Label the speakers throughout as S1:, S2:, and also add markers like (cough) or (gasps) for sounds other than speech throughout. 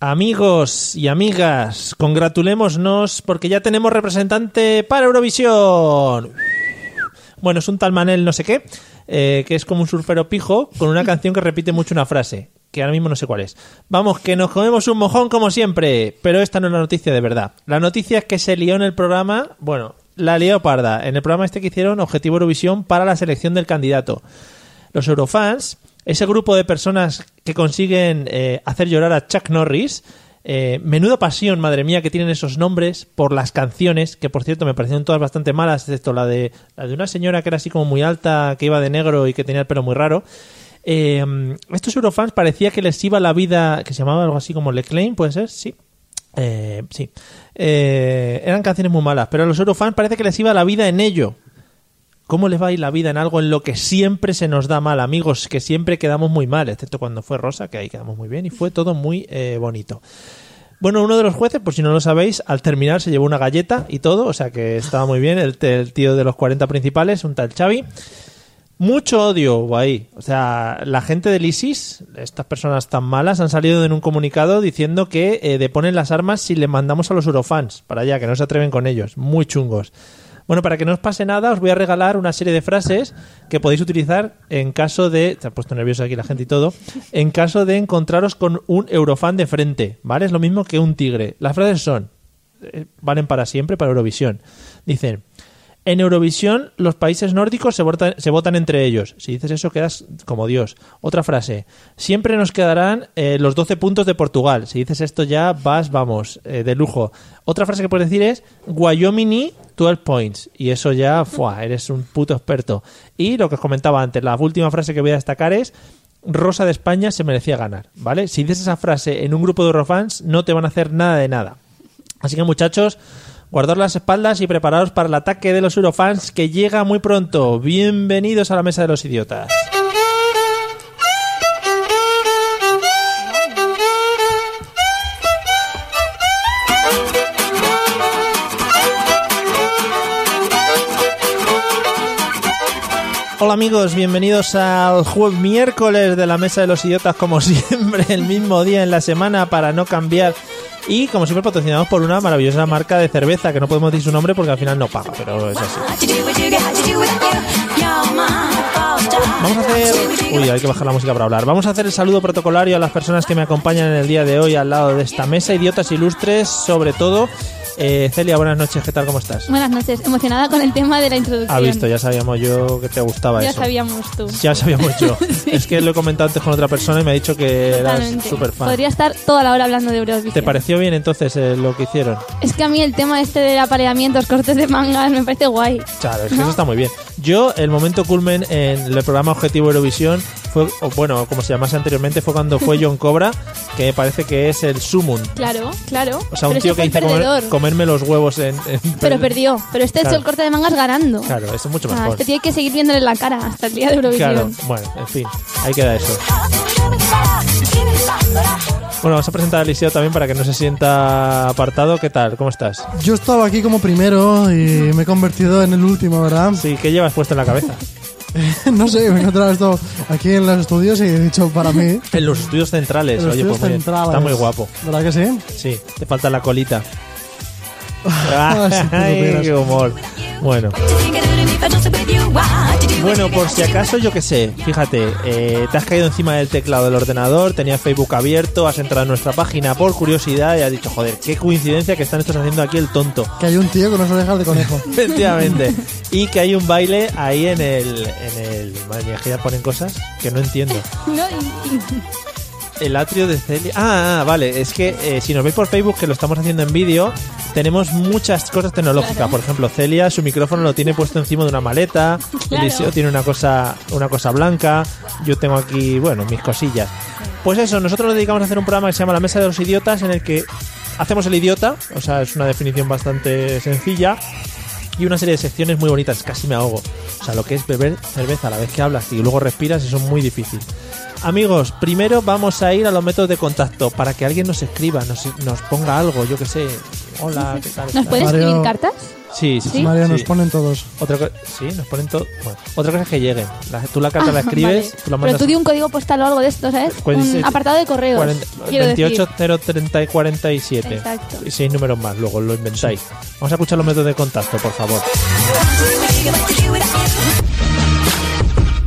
S1: Amigos y amigas, congratulémonos porque ya tenemos representante para Eurovisión. Bueno, es un tal Manel no sé qué, eh, que es como un surfero pijo con una canción que repite mucho una frase, que ahora mismo no sé cuál es. Vamos, que nos comemos un mojón como siempre, pero esta no es la noticia de verdad. La noticia es que se lió en el programa, bueno, la lió parda, en el programa este que hicieron Objetivo Eurovisión para la selección del candidato. Los Eurofans, ese grupo de personas que consiguen eh, hacer llorar a Chuck Norris, eh, menuda pasión, madre mía, que tienen esos nombres por las canciones, que por cierto me parecieron todas bastante malas, excepto la de, la de una señora que era así como muy alta, que iba de negro y que tenía el pelo muy raro. Eh, estos Eurofans parecía que les iba la vida, que se llamaba algo así como Leclaim, ¿puede ser? Sí. Eh, sí. Eh, eran canciones muy malas, pero a los Eurofans parece que les iba la vida en ello. ¿Cómo les va a ir la vida en algo en lo que siempre se nos da mal, amigos? Que siempre quedamos muy mal, excepto cuando fue Rosa, que ahí quedamos muy bien y fue todo muy eh, bonito. Bueno, uno de los jueces, por si no lo sabéis, al terminar se llevó una galleta y todo, o sea que estaba muy bien, el, el tío de los 40 principales, un tal Xavi. Mucho odio hubo ahí. O sea, la gente del ISIS, estas personas tan malas, han salido en un comunicado diciendo que eh, deponen las armas si le mandamos a los Eurofans para allá, que no se atreven con ellos. Muy chungos. Bueno, para que no os pase nada, os voy a regalar una serie de frases que podéis utilizar en caso de. Se ha puesto nervioso aquí la gente y todo. En caso de encontraros con un Eurofan de frente, ¿vale? Es lo mismo que un tigre. Las frases son. eh, Valen para siempre para Eurovisión. Dicen. En Eurovisión, los países nórdicos se votan, se votan entre ellos. Si dices eso, quedas como Dios. Otra frase. Siempre nos quedarán eh, los 12 puntos de Portugal. Si dices esto ya, vas, vamos, eh, de lujo. Otra frase que puedes decir es Wyoming 12 points. Y eso ya, fuá, eres un puto experto. Y lo que os comentaba antes, la última frase que voy a destacar es Rosa de España se merecía ganar, ¿vale? Si dices esa frase en un grupo de Eurofans, no te van a hacer nada de nada. Así que muchachos, guardad las espaldas y preparaos para el ataque de los Eurofans que llega muy pronto. Bienvenidos a la mesa de los idiotas. Hola amigos, bienvenidos al jueves miércoles de la Mesa de los Idiotas, como (laughs) siempre, el mismo día en la semana para no cambiar. Y como siempre, patrocinados por una maravillosa marca de cerveza, que no podemos decir su nombre porque al final no paga, pero es así.
S2: How'd you do? What'd you get? How'd you do without you? You're my all star.
S1: Vamos a hacer. Uy, hay que bajar la música para hablar. Vamos a hacer el saludo protocolario a las personas que me acompañan en el día de hoy al lado de esta mesa, idiotas ilustres, sobre todo. Eh, Celia, buenas noches, ¿qué tal? ¿Cómo estás?
S3: Buenas noches, emocionada con el tema de la introducción.
S1: Ha visto, ya sabíamos yo que te gustaba
S3: Ya
S1: eso.
S3: sabíamos tú.
S1: Ya sabíamos
S3: (laughs)
S1: yo. Es que lo he comentado antes con otra persona y me ha dicho que eras
S3: Totalmente.
S1: súper fan.
S3: Podría estar toda la hora hablando de Eurovisión.
S1: ¿Te pareció bien entonces eh, lo que hicieron?
S3: Es que a mí el tema este de apareamientos, cortes de mangas, me parece guay.
S1: Claro, es que eso está muy bien. Yo, el momento culmen en el programa Objetivo Eurovisión fue, o bueno, como se llamase anteriormente, fue cuando
S3: (laughs)
S1: fue John Cobra, que parece que es el sumum.
S3: Claro, claro.
S1: O sea, un
S3: pero
S1: tío que
S3: ese fue el
S1: dice comer-
S3: perdedor.
S1: comerme los huevos en. en-
S3: pero perdió. Pero este
S1: Claro.
S3: es el corte de mangas ganando.
S1: Claro, eso es mucho
S3: O sea,
S1: mejor.
S3: este tío hay que seguir viéndole la cara hasta el día de Eurovisión.
S1: Claro, bueno, en fin, ahí queda eso. Bueno, vamos a presentar a Eliseo también para que no se sienta apartado. ¿Qué tal? ¿Cómo estás?
S4: Yo estaba aquí como primero y me he convertido en el último, ¿verdad?
S1: Sí, ¿qué llevas puesto en la cabeza?
S4: (laughs) No sé, me he encontrado esto aquí en los estudios y he dicho para mí.
S1: (laughs) En los estudios centrales,
S4: en los
S1: oye,
S4: estudios
S1: pues muy bien.
S4: centrales.
S1: está muy guapo.
S4: ¿Verdad que sí?
S1: Sí, te falta la (laughs) colita.
S4: si tú
S1: (laughs) Ay,
S4: supieras.
S1: Ah, qué humor. Bueno. Bueno, por si acaso, yo qué sé, fíjate, eh, te has caído encima del teclado del ordenador, tenías Facebook abierto, has entrado en nuestra página por curiosidad y has dicho, joder, qué coincidencia que están estos haciendo aquí el tonto. (laughs)
S4: Que hay un tío con unas orejas de conejo.
S1: Efectivamente. Y que hay un baile ahí en el. En el madre mía, que ya ponen cosas que no entiendo.
S3: No, y- y-
S1: El atrio de Celia. Ah, ah, vale. Es que eh, si nos veis por Facebook, que lo estamos haciendo en vídeo, tenemos muchas cosas tecnológicas. Por ejemplo, Celia, su micrófono lo tiene puesto encima de una maleta.
S3: Claro.
S1: Eliseo tiene una cosa, una cosa blanca. Yo tengo aquí, bueno, mis cosillas. Pues eso, nosotros nos dedicamos a hacer un programa que se llama La Mesa de los Idiotas, en el que hacemos el idiota. O sea, es una definición bastante sencilla y una serie de secciones muy bonitas, casi me ahogo. O sea, lo que es beber cerveza a la vez que hablas y luego respiras, eso es muy difícil. Amigos, primero vamos a ir a los métodos de contacto para que alguien nos escriba, nos, nos ponga algo, yo que sé. Hola, ¿qué tal?
S3: ¿Nos
S1: estás?
S3: puedes escribir
S4: Mario-
S3: cartas?
S1: Sí, sí, sí.
S4: María, nos
S1: sí.
S4: ponen todos.
S1: Otra cosa, sí, nos ponen todo. bueno, otra cosa es que lleguen. La- tú la carta la escribes,
S3: Ah, Vale.
S1: tú la
S3: Pero
S1: mandas.
S3: tú di un código postal o algo de esto, ¿sabes?
S1: Pues,
S3: un
S1: eh,
S3: apartado de correos.
S1: 40
S3: quiero decir.
S1: 28 030 y 47.
S3: Exacto.
S1: Y seis números más, luego lo inventáis. Vamos a escuchar los métodos de contacto, por favor.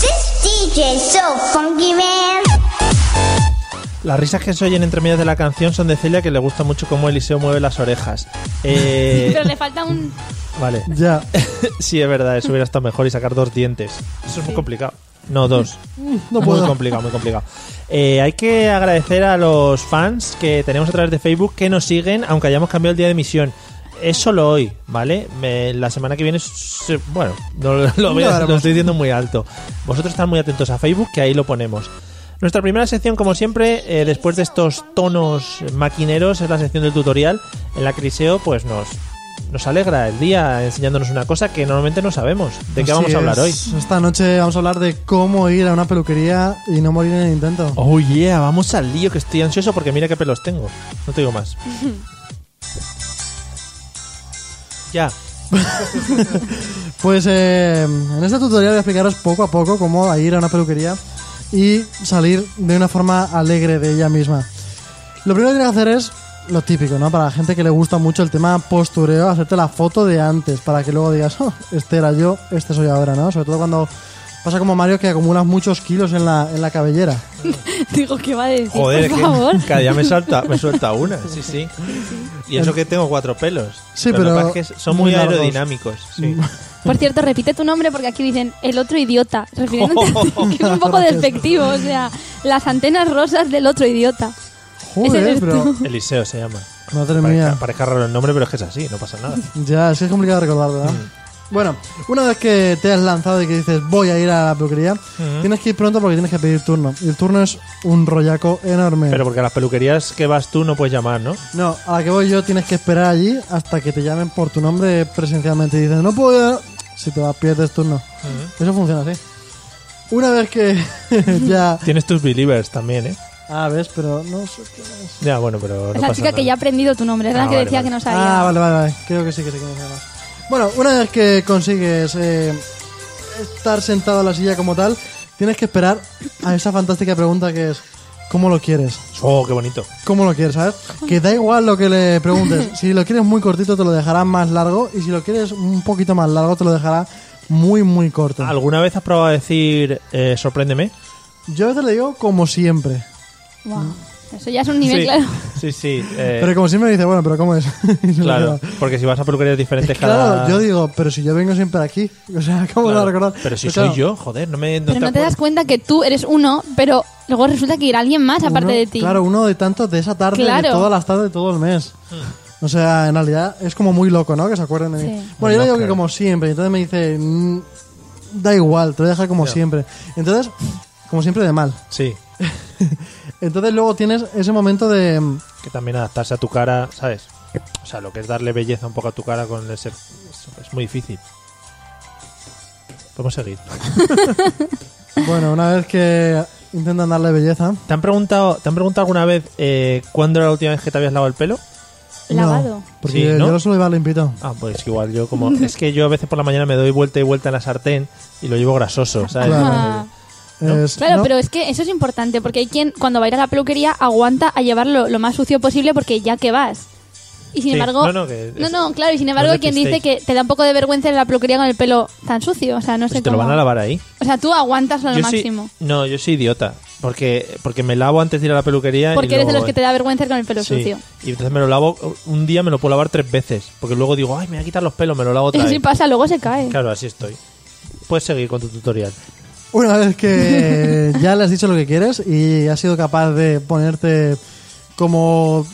S5: This DJ's so funky, man.
S1: Las risas que se oyen entre medias de la canción son de Celia, que le gusta mucho cómo Eliseo mueve las orejas. Eh,
S3: (laughs) Pero le falta un.
S1: vale. (laughs)
S4: Ya.
S1: sí, es verdad, eso hubiera estado mejor y sacar dos dientes. Eso es muy complicado. No, dos.
S4: No
S1: Muy
S4: puedo.
S1: complicado, muy complicado. Eh, hay que agradecer a los fans que tenemos a través de Facebook que nos siguen, aunque hayamos cambiado el día de emisión. Es solo hoy, ¿vale? Me- la semana que viene, se- bueno, no lo, lo voy a-
S4: No haremos.
S1: lo estoy diciendo muy alto. Vosotros están muy atentos a Facebook, que ahí lo ponemos. Nuestra primera sección, como siempre, eh, después de estos tonos maquineros, es la sección del tutorial, en la que Criseo pues nos, nos alegra el día enseñándonos una cosa que normalmente no sabemos. ¿De qué vamos
S4: Así
S1: a hablar hoy?
S4: es. Esta noche vamos a hablar de cómo ir a una peluquería y no morir en el intento.
S1: Oh yeah, vamos al lío que estoy ansioso porque mira qué pelos tengo. No te digo
S3: (laughs)
S1: más. ya.
S4: Pues eh, en este tutorial voy a explicaros poco a poco cómo ir a una peluquería y salir de una forma alegre de ella misma. Lo primero que tienes que hacer es lo típico, ¿no? Para la gente que le gusta mucho el tema postureo, hacerte la foto de antes para que luego digas, "Oh, este era yo, este soy ahora, ¿no? Sobre todo cuando pasa como Mario que acumulas muchos kilos en la, en la cabellera.
S3: Digo, ¿qué va a decir?
S1: Joder,
S3: por
S1: que
S3: favor.
S1: (laughs) cada día me salta, me
S3: (laughs)
S1: suelta una. Sí, sí. Y eso que tengo cuatro pelos.
S4: Sí,
S1: lo que
S4: pero
S1: pasa es que son muy,
S4: muy largos. Mm.
S1: aerodinámicos. Sí.
S3: Por cierto, repite tu nombre porque aquí dicen el otro idiota. Refiriéndote
S1: (laughs)
S3: a ti, que es un poco despectivo. O sea, las antenas rosas del otro idiota. Ese
S4: Joder,
S3: eres
S4: pero...
S1: (laughs) Eliseo se llama.
S4: Madre mía.
S1: Parece raro el nombre, pero es que es así, no pasa
S4: (laughs)
S1: nada.
S4: Ya, es que es complicado recordar, ¿verdad? Bueno, una vez que te has lanzado y que dices voy a ir a la peluquería, tienes que ir pronto porque tienes que pedir turno. Y el turno es un rollaco enorme.
S1: Pero porque a las peluquerías que vas tú no puedes llamar, ¿no?
S4: No, a la que voy yo tienes que esperar allí hasta que te llamen por tu nombre presencialmente. Y dices, no puedo. ir". Si te vas, pierdes turno. Eso funciona así. Una vez que (laughs) ya.
S1: Tienes tus believers también, ¿eh?
S4: Ah, ves, pero no sé qué es.
S1: Ya, bueno, pero no
S3: Es la
S1: pasa
S3: chica que ya ha
S1: nada.
S3: aprendido tu nombre, es
S1: Ah,
S3: la que
S1: vale,
S3: decía
S1: vale.
S3: que no sabía.
S4: Ah, vale, vale, vale. Creo que sí que sé quién es además. Bueno, una vez que consigues eh, estar sentado en la silla como tal, tienes que esperar a esa fantástica pregunta que es: ¿Cómo lo quieres?
S1: Oh, qué bonito.
S4: ¿Cómo lo quieres? ¿Sabes? Que da igual lo que
S3: (laughs)
S4: le preguntes. Si lo quieres muy cortito, te lo dejará más largo. Y si lo quieres un poquito más largo, te lo dejará muy, muy corto.
S1: ¿Alguna vez has probado a decir eh, sorpréndeme?
S4: Yo a veces le digo como siempre.
S3: Guau. Eso ya es un nivel
S1: sí.
S3: claro.
S1: Sí, sí. eh,
S4: Pero como siempre me dice, bueno, pero ¿cómo es? (laughs) Y se lo
S1: claro,
S4: queda.
S1: porque si vas a peluquerías diferentes
S4: Es que, claro,
S1: cada...
S4: yo digo, pero si yo vengo siempre aquí. (laughs) O sea, ¿cómo
S1: Claro,
S4: lo voy a recordar?
S1: Pero si
S4: Pues
S1: soy
S4: claro,
S1: yo, joder, no me... no
S3: Pero no te das cuenta que tú eres uno, pero luego resulta que irá alguien más aparte
S4: Uno-
S3: de ti.
S4: Claro, uno de tantos de esa tarde, de
S3: Claro.
S4: todas las tardes, de todo el mes.
S1: Hmm.
S4: O sea, en realidad es como muy loco, ¿no? Que se acuerden de mí.
S3: Sí.
S4: Bueno, yo le digo que
S1: loco.
S4: como siempre, entonces me dice, "Mm, da igual, te lo deja como siempre. Entonces, como siempre de mal. (laughs)
S1: Sí,
S4: Entonces luego tienes ese momento de... mm,
S1: que también adaptarse a tu cara, ¿sabes? O sea, lo que es darle belleza un poco a tu cara con ese... eso Es muy difícil. Podemos seguir.
S4: Bueno, una vez que intentan darle belleza.
S1: ¿Te han preguntado, ¿te han preguntado alguna vez eh, cuándo era la última vez que te habías lavado el pelo?
S3: Lavado.
S4: porque
S1: Sí,
S4: yo-
S1: ¿no?
S4: yo solo iba limpito.
S1: Ah, pues igual, yo
S3: (laughs)
S1: como. es que yo a veces por la mañana me doy vuelta y vuelta en la sartén y lo llevo grasoso, ¿sabes?
S4: Claro.
S3: Ah.
S4: Es-
S3: Claro,
S4: no,
S3: pero es que eso es importante porque hay quien cuando va a ir a la peluquería aguanta a llevarlo lo más sucio posible porque ya que vas. Y
S1: Sí,
S3: sin embargo,
S1: no, no, que es-
S3: no, no, claro, y sin
S1: no
S3: embargo
S1: es
S3: hay quien dice
S1: mistake.
S3: que te da un poco de vergüenza ir a la peluquería con el pelo tan sucio, o sea, no sé
S1: Pues te lo
S3: cómo.
S1: van a lavar ahí.
S3: O sea, tú aguantas lo
S1: Yo soy-
S3: máximo.
S1: no, yo soy idiota. Porque, porque me lavo antes de ir a la peluquería. Ah, y
S3: Porque eres de
S1: luego-
S3: los que te da vergüenza ir con el pelo
S1: Sí.
S3: sucio.
S1: Y entonces me lo lavo. Un día me lo puedo lavar tres veces. Porque luego digo, ay, me voy a quitar los pelos, me lo lavo otra
S3: Eso
S1: vez.
S3: sí pasa, luego se cae.
S1: Claro, así estoy. Puedes seguir con tu tutorial.
S4: Una
S1: (laughs)
S4: vez que ya le has dicho lo que quieres y has sido capaz de ponerte como,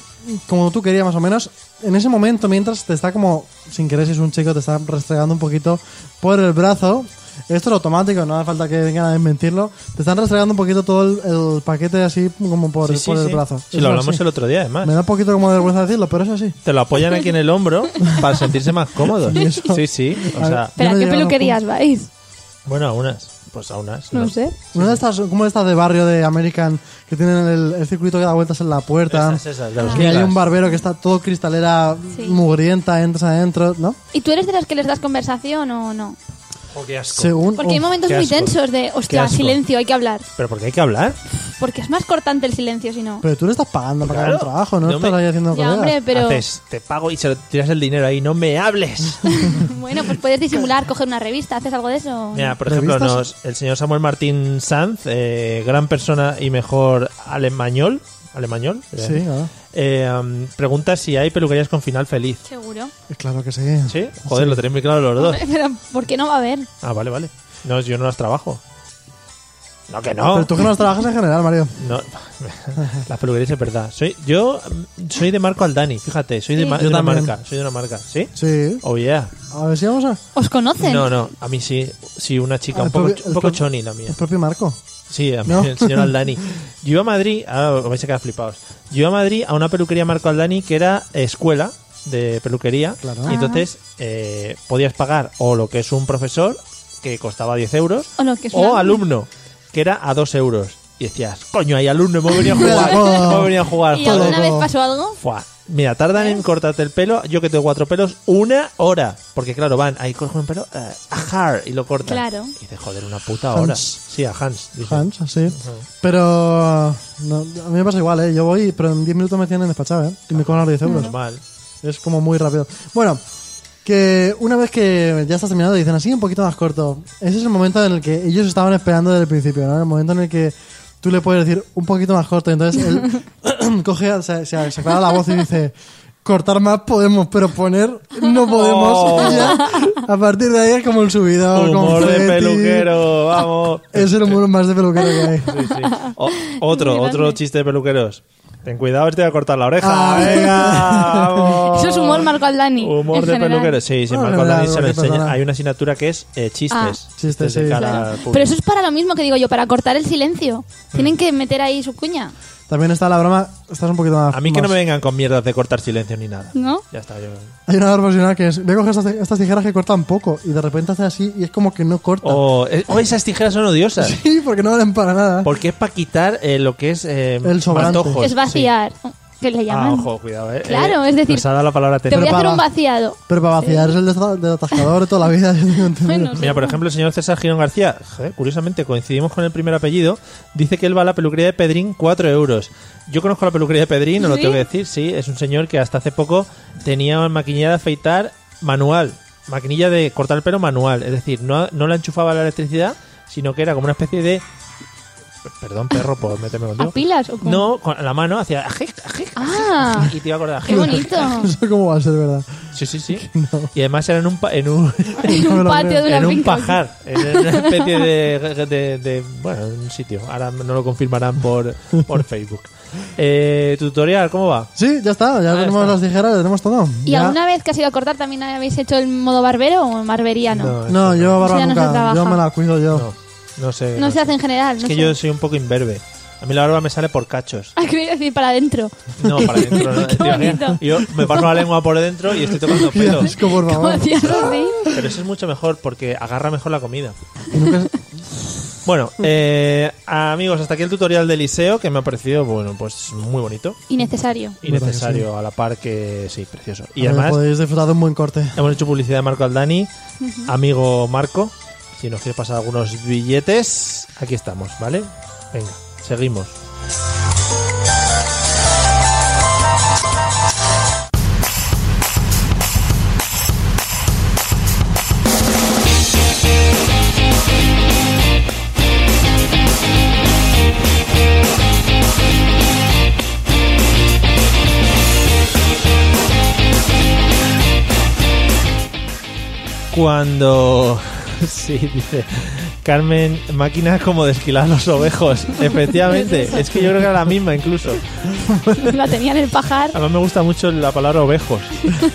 S4: como tú querías más o menos, en ese momento mientras te está como, sin querer si es un chico, te está restregando un poquito por el brazo, esto es automático, no hace falta que vengan a desmentirlo, te están restregando un poquito todo el, el paquete así como por,
S1: Sí, sí,
S4: por el
S1: sí.
S4: brazo.
S1: Sí,
S4: Es
S1: lo
S4: así.
S1: hablamos el otro día, además.
S4: Me da un poquito como de vergüenza decirlo, pero es así.
S1: Te lo apoyan aquí en el
S4: (laughs)
S1: hombro para sentirse más cómodos. Sí, sí. O
S4: A
S1: sea,
S3: Pero ¿a qué
S4: Yo no llegaba a
S3: peluquerías vais?
S1: bueno, a unas. Pues a unas.
S3: No, sé.
S4: Una de estas, como estas de barrio de American, que tienen el, el circuito que da vueltas en la puerta.
S1: Esas, esas, de los
S4: Ah. Y hay
S1: ligas.
S4: un barbero que está todo cristalera,
S3: Sí.
S4: mugrienta, entras adentro, ¿no?
S3: ¿Y tú eres de las que les das conversación o no?
S1: Oh, qué asco.
S4: Según.
S3: Porque hay
S4: Uf,
S3: momentos
S1: qué
S3: muy
S1: asco.
S3: tensos de, hostia,
S1: asco.
S3: silencio, hay que hablar.
S1: Pero porque hay que hablar.
S3: Porque es más cortante el silencio si no.
S4: Pero tú le estás pagando para que haga
S1: Claro.
S4: un trabajo, no
S1: Yo
S4: estás
S1: me-
S4: ahí haciendo
S3: Ya,
S4: colegas.
S3: hombre, pero.
S1: Haces, te pago y se lo tiras el dinero ahí. No me hables.
S3: Bueno, pues puedes disimular, coger una revista, haces algo de eso.
S1: Mira, por ejemplo,
S4: ¿Revistas?
S1: nos- el señor Samuel Martín Sanz, eh, gran persona y mejor alemañol, alemañol eh,
S4: Sí, ah. claro.
S1: eh, um, pregunta si hay peluquerías con final feliz.
S3: Seguro.
S4: Eh, Claro que sí.
S1: ¿Sí? Joder, lo tenéis muy claro los dos.
S3: (laughs) Pero, ¿por qué no va a haber?
S1: Ah, vale, vale. No, yo no las trabajo. No, que no.
S4: Ah, Pero tú que no trabajas en general, Mario.
S1: No, (laughs) las peluquerías es verdad. Soy, yo mm, soy de Marco Aldani, fíjate, soy de,
S3: Sí.
S1: ma-
S4: Yo
S1: de una
S4: también.
S1: marca, soy de una marca, ¿sí?
S4: Sí.
S1: Oh yeah.
S4: A ver si vamos a.
S3: ¿Os conocen?
S1: No, no, a mí sí, sí una chica
S4: Ah,
S1: un
S4: el
S1: poco,
S4: propio-
S1: un
S4: el
S1: poco
S4: propio-
S1: choni la mía.
S4: El propio Marco.
S1: Sí, a mí,
S4: ¿No?
S1: el (laughs) señor Aldani. Yo iba a Madrid, ahora os vais a quedar flipados. Yo iba a Madrid a una peluquería Marco Aldani que era escuela de peluquería.
S4: Claro.
S1: Y entonces eh, podías pagar o lo que es un profesor, que costaba 10 euros,
S3: O lo que es un
S1: o
S3: alumno.
S1: alumno, que era a 2 euros. Y decías, coño, hay alumno, hemos venido a jugar.
S4: Pedagogo.
S1: hemos venido a jugar.
S3: ¿Y ¿Eh?
S1: joder".
S3: alguna vez
S4: Todo.
S3: pasó algo?
S1: Fua. Mira, tardan en cortarte el pelo, yo que tengo cuatro pelos, una hora. Porque claro, van, ahí cogen un pelo, eh, a Har, y lo cortan.
S3: Claro.
S1: Y dices, joder, una puta
S4: Hans.
S1: hora. Sí, a Hans. dice.
S4: Hans, sí. Pero. no, a mí me pasa igual, ¿eh? Yo voy, pero en 10 minutos me tienen despachado, ¿eh? Y me cobran los 10 euros.
S1: Normal.
S4: Es como muy rápido. Bueno, que una vez que ya estás terminado, dicen así un poquito más corto. Ese es el momento en el que ellos estaban esperando desde el principio, ¿no? El momento en el que tú le puedes decir un poquito más corto. Entonces él (coughs) coge, se, se, se aclara la voz y dice. Cortar más podemos, pero poner no podemos.
S1: Oh.
S4: Y ya, a partir de ahí es como el subido.
S1: Humor de peluquero, vamos.
S3: (laughs)
S4: Es el humor más de peluquero que hay.
S1: Sí, sí. O- otro,
S3: Grande.
S1: otro chiste de peluqueros. Ten cuidado, este te va a cortar la oreja.
S4: Ah.
S1: Venga, vamos.
S3: (laughs) Eso es humor Marco Aldani.
S1: Humor
S3: en
S1: de
S3: general.
S1: peluqueros. Sí, sí,
S4: Bueno,
S1: Marco
S4: en
S1: Dani
S4: general,
S1: se lo
S4: cualquier
S1: enseña.
S4: persona.
S1: Hay una asignatura que es eh, chistes.
S3: Ah.
S4: Chistes,
S1: de
S4: sí,
S1: cara
S4: claro.
S1: al público. Mm.
S3: Pero eso es para lo mismo que digo yo, para cortar el silencio. Tienen que meter ahí su cuña,
S4: También está la broma. Estás un poquito más.
S1: A mí que no
S4: más-
S1: me vengan con mierdas de cortar silencio ni nada.
S3: ¿no?
S1: Ya está, yo.
S4: Hay una barba original que es, voy a coger estas, estas tijeras que cortan poco y de repente hace así y es como que no corta.
S1: O eh, oh, esas tijeras son odiosas.
S4: (laughs) Sí, porque no valen para nada.
S1: Porque es para quitar eh, lo que es eh,
S4: El sobrante.
S1: mantojos.
S3: es vaciar. ¿Qué le
S1: Sí. Ah,
S3: llaman?
S1: ojo, cuidado, eh.
S3: Claro,
S1: Eh,
S3: es decir,
S1: nos ha dado la palabra
S3: Te voy a hacer
S4: para-
S3: un vaciado.
S4: Pero para vaciar es el desa- del atascador de toda la vida. (laughs) yo tengo entendido.
S3: Bueno, sí.
S1: Mm, Mira, por ejemplo, el señor César Girón García, joder, curiosamente coincidimos con el primer apellido, dice que él va a la peluquería de Pedrín 4 euros. Yo conozco la peluquería de Pedrín, no lo
S3: ¿Sí?
S1: tengo que decir, sí, es un señor que hasta hace poco tenía maquinilla de afeitar manual, maquinilla de cortar el pelo manual, es decir, no, no la enchufaba la electricidad, sino que era como una especie de... Perdón, perro, por meterme
S3: ¿A
S1: contigo.
S3: pilas o cómo?
S1: No, con la mano hacía... ajic, ajic,
S3: Ah,
S1: Y te iba a acordar.
S3: qué bonito.
S4: Eso cómo va a ser, ¿verdad?
S1: Sí, sí, sí. Y además era en un, pa- en un,
S3: (laughs) en
S4: No me
S3: un
S4: lo
S3: patio
S4: creo.
S3: de una
S1: en un
S3: finca.
S1: pajar, en
S3: (laughs)
S1: una especie de, de- de- bueno, en un sitio. Ahora no lo confirmarán por, por Facebook. Eh, tutorial, ¿cómo va?
S4: Sí, ya está. Ya
S1: Ah, ya
S4: tenemos
S1: está.
S4: las tijeras, ya tenemos todo.
S3: ¿Y
S4: Ya-
S3: alguna vez que has ido a cortar también habéis hecho el modo barbero o barberiano? No,
S4: No, yo barba
S3: Eso ya no se
S4: nunca.
S3: trabaja.
S4: Yo me la cuido yo.
S1: no, no sé.
S3: se hace en general.
S1: Es
S3: no
S1: que
S3: sé.
S1: yo soy un poco imberbe. A mí la barba me sale por cachos.
S3: (laughs) Ah, quería decir para adentro.
S1: No,
S3: (laughs)
S1: para adentro. no.
S3: Qué
S1: Te imaginas,
S3: bonito.
S1: Yo me paso la lengua por dentro y estoy tocando
S3: (laughs)
S4: (laughs) Qué
S1: pelos.
S4: asco, por
S3: Como
S4: favor.
S3: hacías así.
S1: Pero eso es mucho mejor porque agarra mejor la comida.
S4: Y nunca-
S1: Bueno, eh, amigos, hasta aquí el tutorial de Liceo, que me ha parecido, bueno, pues muy bonito
S3: Innecesario.
S1: y
S4: Verdad que
S1: necesario, a la par que sí, precioso. Y
S4: Ahora
S1: además,
S4: podéis disfrutar de un buen corte.
S1: hemos hecho publicidad de Marco Aldani, amigo Marco. Si nos quieres pasar algunos billetes, aquí estamos, ¿vale? Venga, seguimos. Cuando. (laughs) Sí, dice. Carmen, máquina como de esquilar los ovejos. Efectivamente, es que yo creo que era la misma incluso.
S3: La tenía en el pajar.
S1: Además, me gusta mucho la palabra ovejos.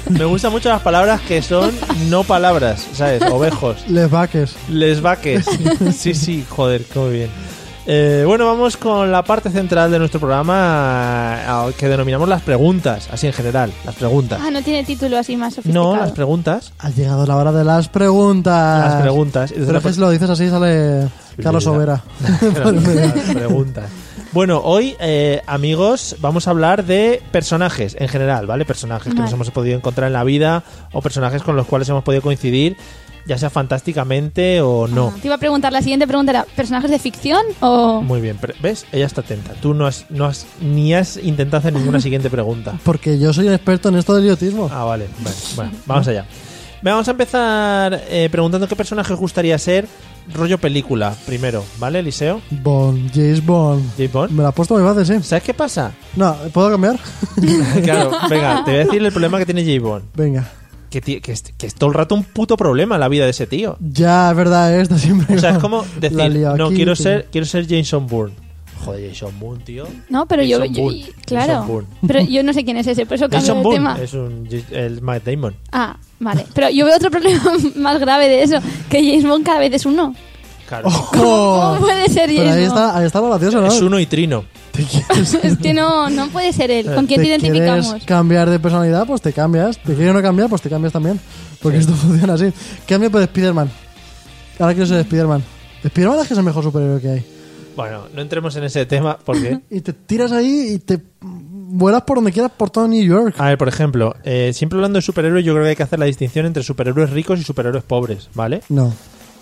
S1: Me gustan mucho las palabras que son no palabras, ¿sabes? Ovejos.
S4: Les vaques.
S1: Les vaques. Sí, sí, joder, qué muy bien. Eh, bueno, vamos con la parte central de nuestro programa a- que denominamos las preguntas, así en general, las preguntas.
S3: Ah, no tiene título así más
S1: No,
S3: sofisticado.
S1: las preguntas.
S4: Ha llegado la hora de las preguntas.
S1: Las preguntas. Y desde
S4: Ah, Pero
S1: la
S4: es que si lo dices así sale Carlos
S1: (laughs)
S4: Overa. (laughs) Pues
S1: Las preguntas. Bueno, hoy, eh, amigos, vamos a hablar de personajes en general, ¿vale? Personajes que nos
S3: Vale.
S1: hemos podido encontrar en la vida o personajes con los cuales hemos podido coincidir, ya sea fantásticamente o no.
S3: Ah, te iba a preguntar, la siguiente pregunta era, ¿personajes de ficción o...?
S1: Muy bien, pero- ¿ves? Ella está atenta. Tú no has, no has ni has intentado hacer ninguna siguiente pregunta.
S4: Porque yo soy un experto en esto del idiotismo.
S1: Ah, vale, vale. Bueno, vamos allá. Vamos a empezar eh, preguntando qué personaje os gustaría ser rollo película primero, ¿vale, Eliseo?
S4: Bond, James Bond.
S1: James Bond.
S4: Me la ha puesto muy fácil, sí.
S1: ¿Sabes qué pasa?
S4: No, ¿puedo cambiar? (laughs)
S1: claro, venga, te voy a decir el problema que tiene James Bond.
S4: Venga.
S1: Que, ti- que es, que es todo el rato un puto problema la vida de ese tío.
S4: Ya, es verdad, esta siempre.
S1: O sea, es
S4: igual.
S1: como
S4: (laughs) La he
S1: decir,
S4: liado
S1: no,
S4: aquí,
S1: quiero
S4: tío.
S1: ser, quiero ser Jason Bourne. Joder, Jason Bourne, tío.
S3: No, pero yo...
S1: Jason
S3: yo-
S1: Bourne. Jason
S3: claro.
S1: Bourne.
S3: Pero yo no sé quién es ese, por eso cambio
S1: Jason
S3: de
S1: Bourne
S3: tema.
S1: es un, el Matt Damon.
S3: Ah, vale. Pero yo veo otro problema (laughs) más grave de eso, que James Bond cada vez es uno.
S1: Claro. Oh.
S3: ¿Cómo puede ser
S4: ¡Oh! Pero
S3: James
S4: ahí
S3: Bond?
S4: está, ahí está lo gracioso, ¿no?
S1: Es uno y trino.
S3: (laughs) Es que no, no puede ser él. ¿Con quién te,
S4: ¿Te
S3: identificamos?
S4: quieres cambiar de personalidad? Pues te cambias. ¿Te quieres no cambiar? Pues te cambias también. Porque esto (laughs) funciona así. Cambio por Spider-Man. Ahora quiero ser Spider-Man. Spider-Man es que es el mejor superhéroe que hay.
S1: Bueno, no entremos en ese tema
S3: (laughs)
S1: porque...
S4: Y te tiras ahí y te vuelas por donde quieras por todo New York.
S1: A ver, por ejemplo, eh, siempre hablando de superhéroes, yo creo que hay que hacer la distinción entre superhéroes ricos y superhéroes pobres, ¿vale?
S4: No.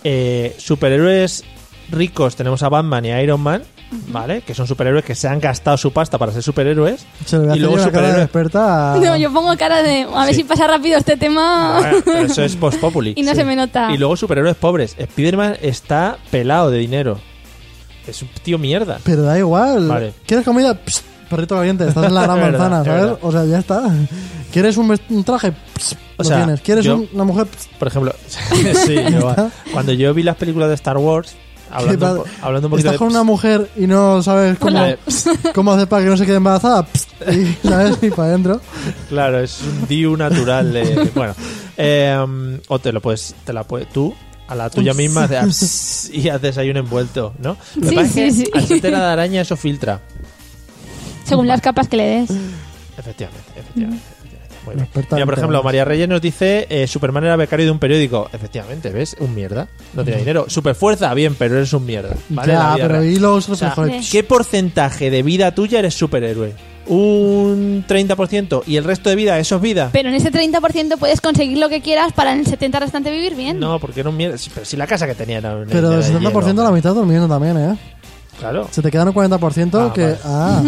S1: Eh, superhéroes ricos tenemos a Batman y a Iron Man, ¿vale? Que son superhéroes que se han gastado su pasta para ser superhéroes.
S4: Se le ve
S1: y luego
S4: una
S1: (laughs)
S4: cara de
S1: superhéroes...
S4: experta. a-
S3: (laughs) No, yo pongo cara de... A ver
S1: Sí.
S3: si pasa rápido este tema.
S1: Ah, pero eso es post populi.
S3: Y no se me nota.
S1: Y luego superhéroes pobres. Spiderman está pelado de dinero. Es un tío mierda.
S4: Pero da igual.
S1: Vale.
S4: ¿Quieres comida? Psst, perrito caliente. Estás
S1: (laughs)
S4: en la gran
S1: Es verdad,
S4: manzana,
S1: es
S4: ¿sabes?
S1: verdad.
S4: O sea, ya está. ¿Quieres un, vest- un traje? Psst,
S1: O
S4: lo
S1: sea,
S4: tienes. ¿Quieres
S1: yo-
S4: un- una mujer? Psst,
S1: Por ejemplo, (laughs) sí,
S3: (laughs)
S1: yo- cuando yo vi las películas de Star Wars, hablando, un
S4: padre.
S1: po- hablando un poquito
S4: Estás
S1: de-
S4: con una mujer y no sabes cómo,
S1: Hola.
S4: (laughs) cómo hacer para que no se quede embarazada. Psst,
S1: (laughs)
S4: y, ¿Sabes? Y para adentro.
S1: Claro, es un diu natural de. Bueno. eh, o te lo puedes. Te la puedes. Tú, a la tuya misma,
S3: (laughs)
S1: haces- y haces ahí un envuelto, ¿no? Lo que
S3: Sí,
S1: pasa es que
S3: sí, sí.
S1: Al ser tela de araña, eso filtra.
S3: Según las capas que le des.
S1: Efectivamente, efectivamente. efectivamente. Muy
S4: La
S1: bien.
S4: experta
S1: Mira,
S4: en
S1: por ejemplo,
S4: temas.
S1: María Reyes nos dice: eh, Superman era becario de un periódico. Efectivamente, ¿ves? Un mierda. No tiene dinero. Superfuerza, bien, pero eres un mierda. ¿vale? En la
S4: ya,
S1: vida
S4: pero
S1: real.
S4: y los
S1: sea,
S4: reflejos.
S1: ¿Qué porcentaje de vida tuya eres superhéroe? Un 30% y el resto de vida, eso es vida.
S3: Pero en ese 30% puedes conseguir lo que quieras para en el 70% restante vivir bien.
S1: No, porque era un mierda. Sí, Pero si la casa que tenía era una
S4: Pero
S1: era
S4: el
S1: de
S4: 70%
S1: hierro.
S4: la mitad durmiendo también, ¿eh?
S1: Claro.
S4: Se te quedan un 40%
S1: Ah,
S4: que...
S1: vale. (laughs)
S4: Ah,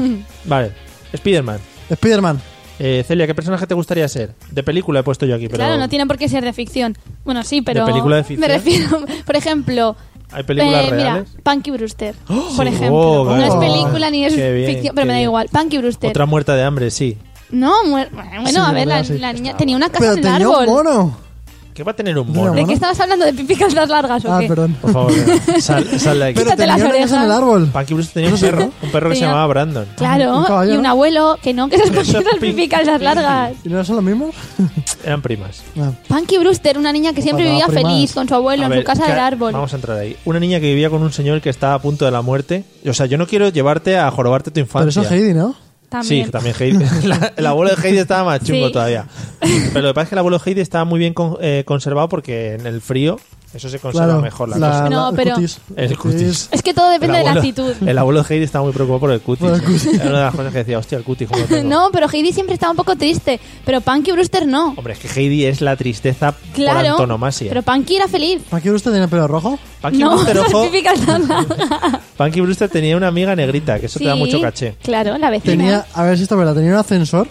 S1: Vale. Spiderman.
S4: Spider-Man.
S1: Eh, Celia, ¿qué personaje te gustaría ser? De película he puesto yo aquí, pero.
S3: Claro, no tiene por qué ser de ficción. Bueno, sí, pero...
S1: ¿De película de ficción?
S3: Me refiero, (laughs) por ejemplo...
S1: ¿Hay películas
S3: eh,
S1: reales?
S3: Mira, Punky Brewster, por
S1: (gasps) Sí.
S3: ejemplo.
S1: Oh,
S3: No es
S1: claro.
S3: película ni es
S1: Qué bien,
S3: ficción, pero
S1: qué
S3: me da
S1: bien.
S3: igual. Punky Brewster.
S1: Otra muerta de hambre, sí.
S3: No, muer- bueno,
S4: Sí,
S3: a
S4: yo
S3: ver,
S4: creo
S3: la,
S4: así.
S3: la niña tenía una casa
S4: Pero
S3: en el
S4: tenía un
S3: árbol.
S4: mono.
S1: ¿Qué va a tener un
S4: Mira,
S1: mono?
S3: ¿De
S4: mono.
S3: qué estabas hablando? ¿De pipi calzas largas o
S4: Ah,
S3: qué?
S4: perdón.
S1: Por
S4: (laughs)
S1: favor, sal, sal de aquí.
S4: Pero
S3: Quítate
S4: tenía
S3: las
S4: una casa en el
S3: orejas.
S4: árbol.
S1: Punky Brewster tenía un perro, un perro que se
S3: Tenía-
S1: llamaba Brandon.
S3: Claro,
S4: Un caballo,
S3: y un
S4: ¿no?
S3: abuelo que no, que se escogieron
S1: Eso
S3: el pipi
S1: pin-
S3: calzas largas.
S4: ¿Y no son los mismos?
S3: (laughs)
S1: Eran primas.
S4: Ah,
S3: Punky Brewster, una niña que siempre
S4: Cuando
S3: vivía
S4: va primas.
S3: feliz con su abuelo
S1: A
S3: en
S1: ver,
S3: su casa
S1: que-
S3: del árbol.
S1: Vamos a entrar ahí. Una niña que vivía con un señor que estaba a punto de la muerte. O sea, yo no quiero llevarte a jorobarte tu
S4: pero
S1: infancia.
S4: eso es Heidi, ¿no?
S3: También.
S1: Sí, también
S3: (laughs)
S1: Heidi. (laughs) La- el abuelo de Heidi estaba más chungo
S3: Sí.
S1: todavía. Pero lo que pasa es que el abuelo de Heidi estaba muy bien con- eh, conservado porque en el frío Eso se conserva
S4: Claro,
S1: mejor la,
S4: la-
S1: cosa.
S4: la-
S3: No,
S4: el
S3: pero-
S4: cutis.
S1: El cutis.
S3: Es que todo depende de la actitud.
S1: (laughs) El abuelo de Heidi estaba muy preocupado por el cutis. ¿eh? Era una de las cosas que decía, hostia, el cutis.
S3: (laughs)
S1: ¿cómo lo tengo?
S3: No, pero Heidi siempre estaba un poco triste. Pero Punky Brewster no.
S1: Hombre, es que Heidi es la tristeza por
S3: Claro.
S1: antonomasia.
S3: Pero Punky era feliz.
S4: ¿Para qué usted tiene el pelo rojo?
S1: Punky,
S3: (laughs) no,
S1: Brewster, ojo,
S3: justifica nada.
S1: Punky Brewster tenía una amiga negrita, que eso te da
S3: Sí,
S1: mucho caché.
S3: Claro, la vecina.
S4: Tenía, a ver si esto es verdad, tenía un ascensor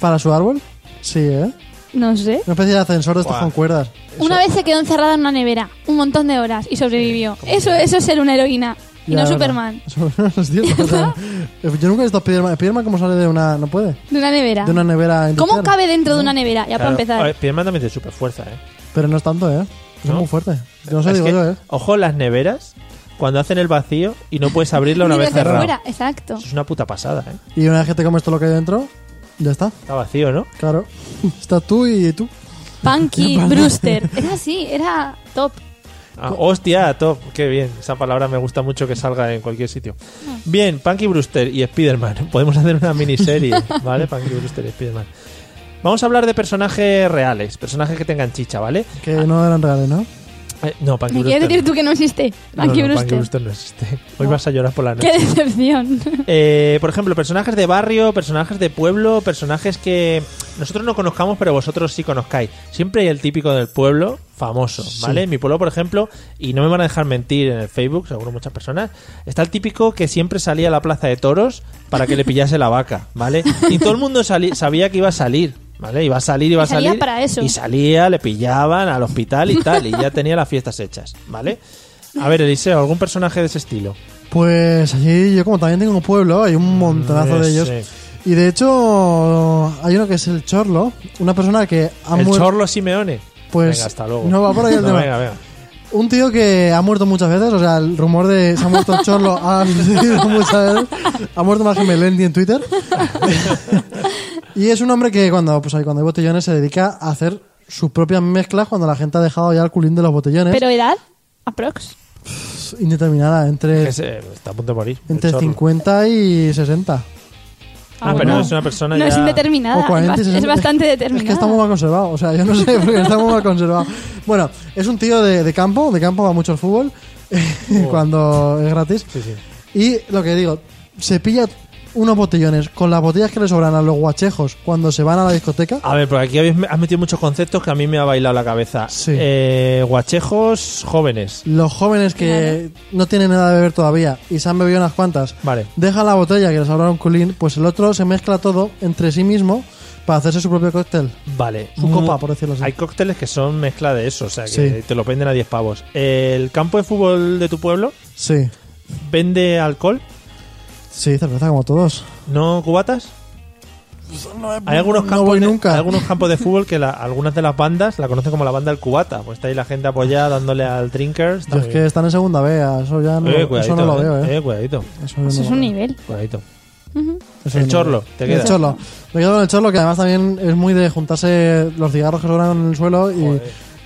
S4: para su árbol. Sí, ¿eh?
S3: No sé.
S4: Una especie de ascensor de estos
S1: Buah.
S4: con cuerdas. (laughs)
S3: Una vez se quedó encerrada en una nevera un montón de horas y sobrevivió. Eso, eso es ser una heroína y
S4: Ya,
S3: no
S4: ahora.
S3: Superman.
S4: Superman, es cierto, o sea,
S3: (laughs)
S4: Yo nunca he visto a Spiderman. Spiderman cómo sale de una... No puede.
S3: De una nevera.
S4: De una nevera
S3: ¿Cómo
S4: industrial.
S3: cabe dentro de una nevera? Ya
S1: Claro.
S3: para empezar.
S1: Oye, Spiderman también tiene super fuerza, ¿eh?
S4: Pero no es tanto, ¿eh? Es
S1: ¿No?
S4: muy fuerte. Yo no sé,
S1: Es
S4: digo
S1: que,
S4: yo, ¿eh?
S1: Ojo las neveras cuando hacen el vacío y no puedes abrirla una
S3: Ni
S1: vez
S3: desde
S1: cerrada.
S3: fuera, exacto.
S1: Eso es una puta pasada, ¿eh?
S4: Y una vez que te comes todo lo que hay dentro, ya está.
S1: Está vacío, ¿no?
S4: Claro.
S1: (laughs)
S4: Está tú y tú.
S3: Punky Brewster. Era así, era top.
S1: Ah, hostia, top, qué bien. Esa palabra me gusta mucho que salga en cualquier sitio.
S3: Mm.
S1: Bien, Punky Brewster y Spiderman. (laughs) Podemos hacer una
S3: (laughs)
S1: miniserie, ¿vale? Punky Brewster y Spiderman. Vamos a hablar de personajes reales, personajes que tengan chicha, ¿vale?
S4: Que no eran reales, ¿no?
S1: Eh, no, Punky
S3: ¿Me
S1: Brewster.
S3: quieres decir tú que no existe?
S1: no. No,
S3: Punky
S1: no, Punky
S3: Brewster. Ah.
S1: Brewster no existe. Hoy vas a llorar por la noche.
S3: Qué decepción.
S1: Eh, por ejemplo, personajes de barrio, personajes de pueblo, personajes que nosotros no conozcamos, pero vosotros sí conozcáis. Siempre hay el típico del pueblo famoso, ¿vale? En mi pueblo, por ejemplo, y no me van a dejar mentir en el Facebook, seguro muchas personas, está el típico que siempre salía a la plaza de toros para que le pillase la vaca, ¿vale? Y todo el mundo sali- sabía que iba a salir. ¿Vale? Iba a salir, iba a
S3: Y salía
S1: salir.
S3: para eso.
S1: Y salía, le pillaban al hospital y tal. Y ya tenía las fiestas hechas. ¿Vale? A ver, Eliseo, ¿algún personaje de ese estilo?
S4: Pues allí yo como también tengo un pueblo, hay un montonazo
S1: Mm,
S4: de
S1: sí.
S4: ellos. Y de hecho hay uno que es el Chorlo, una persona que ha
S1: el
S4: muer-
S1: Chorlo Simeone.
S4: Pues
S1: venga, hasta luego.
S4: no va Eh, por ahí el
S1: No,
S4: tema.
S1: venga, venga.
S4: Un tío que ha muerto muchas veces, o sea, el rumor de se ha muerto el
S1: (laughs)
S4: Chorlo ha sucedido muchas veces. Ha muerto más que Melendi
S1: (laughs)
S4: en Twitter. y es un hombre que cuando, pues, ahí, cuando hay botellones se dedica a hacer sus propias mezclas cuando la gente ha dejado ya el culín de los botellones.
S3: Pero edad, aprox.
S4: indeterminada, entre,
S1: Ese, eh, está a punto de morir. el
S4: entre
S1: Chorlo.
S4: 50 y 60.
S1: Ah,
S3: Aún
S1: pero
S3: no.
S1: es una persona
S3: No
S1: ya-
S3: es indeterminada.
S4: O 40,
S3: es, bas- es
S4: 60.
S3: bastante
S4: Es que
S3: determinada.
S4: está muy mal conservado, o sea, yo
S3: (laughs)
S4: no sé, porque está muy mal conservado. Bueno, es un tío de, de campo, de campo va mucho al fútbol, (laughs) cuando es gratis.
S1: Sí, sí.
S4: Y lo que digo, se pilla unos botellones con las botellas que le sobran a los guachejos cuando se van a la discoteca.
S1: A ver, porque aquí habéis- has metido muchos conceptos que a mí me ha bailado la cabeza.
S4: Sí.
S1: Eh, guachejos jóvenes.
S4: Los jóvenes que no tienen nada de beber todavía y se han bebido unas cuantas,
S1: Vale.
S4: deja la botella que les sobra un culín, pues el otro se mezcla todo entre sí mismo para hacerse su propio cóctel.
S1: Vale.
S4: Su
S1: Mm,
S4: copa, por decirlo así.
S1: Hay cócteles que son mezcla de eso, o sea, que
S4: Sí.
S1: te lo venden a 10 pavos. ¿El campo de fútbol de tu pueblo
S4: Sí,
S1: vende alcohol?
S4: sí, cerveza como todos.
S1: ¿No cubatas? Hay algunos
S4: no
S1: campos
S4: voy
S1: de,
S4: nunca.
S1: hay algunos campos de fútbol que la- algunas de las bandas la conocen como la banda del cubata. Pues está ahí la gente apoyada dándole al drinker. está
S4: Yo es
S1: muy
S4: que
S1: bien.
S4: están en segunda B, a eso ya no,
S1: Eh,
S4: eso
S1: cuidadito,
S4: no lo
S1: eh,
S4: veo, ¿eh?
S1: eh, cuidadito,
S4: Eso yo
S3: Eso
S4: no
S3: pues es
S4: lo
S3: un
S4: veo. (laughs)
S3: nivel.
S1: cuidadito.
S4: Eso
S1: El
S4: yo no lo
S1: chorlo,
S4: veo.
S1: te
S4: El
S1: queda.
S4: chorlo. Me quedo con el chorlo, que además también es muy de juntarse los cigarros que sobran en el suelo y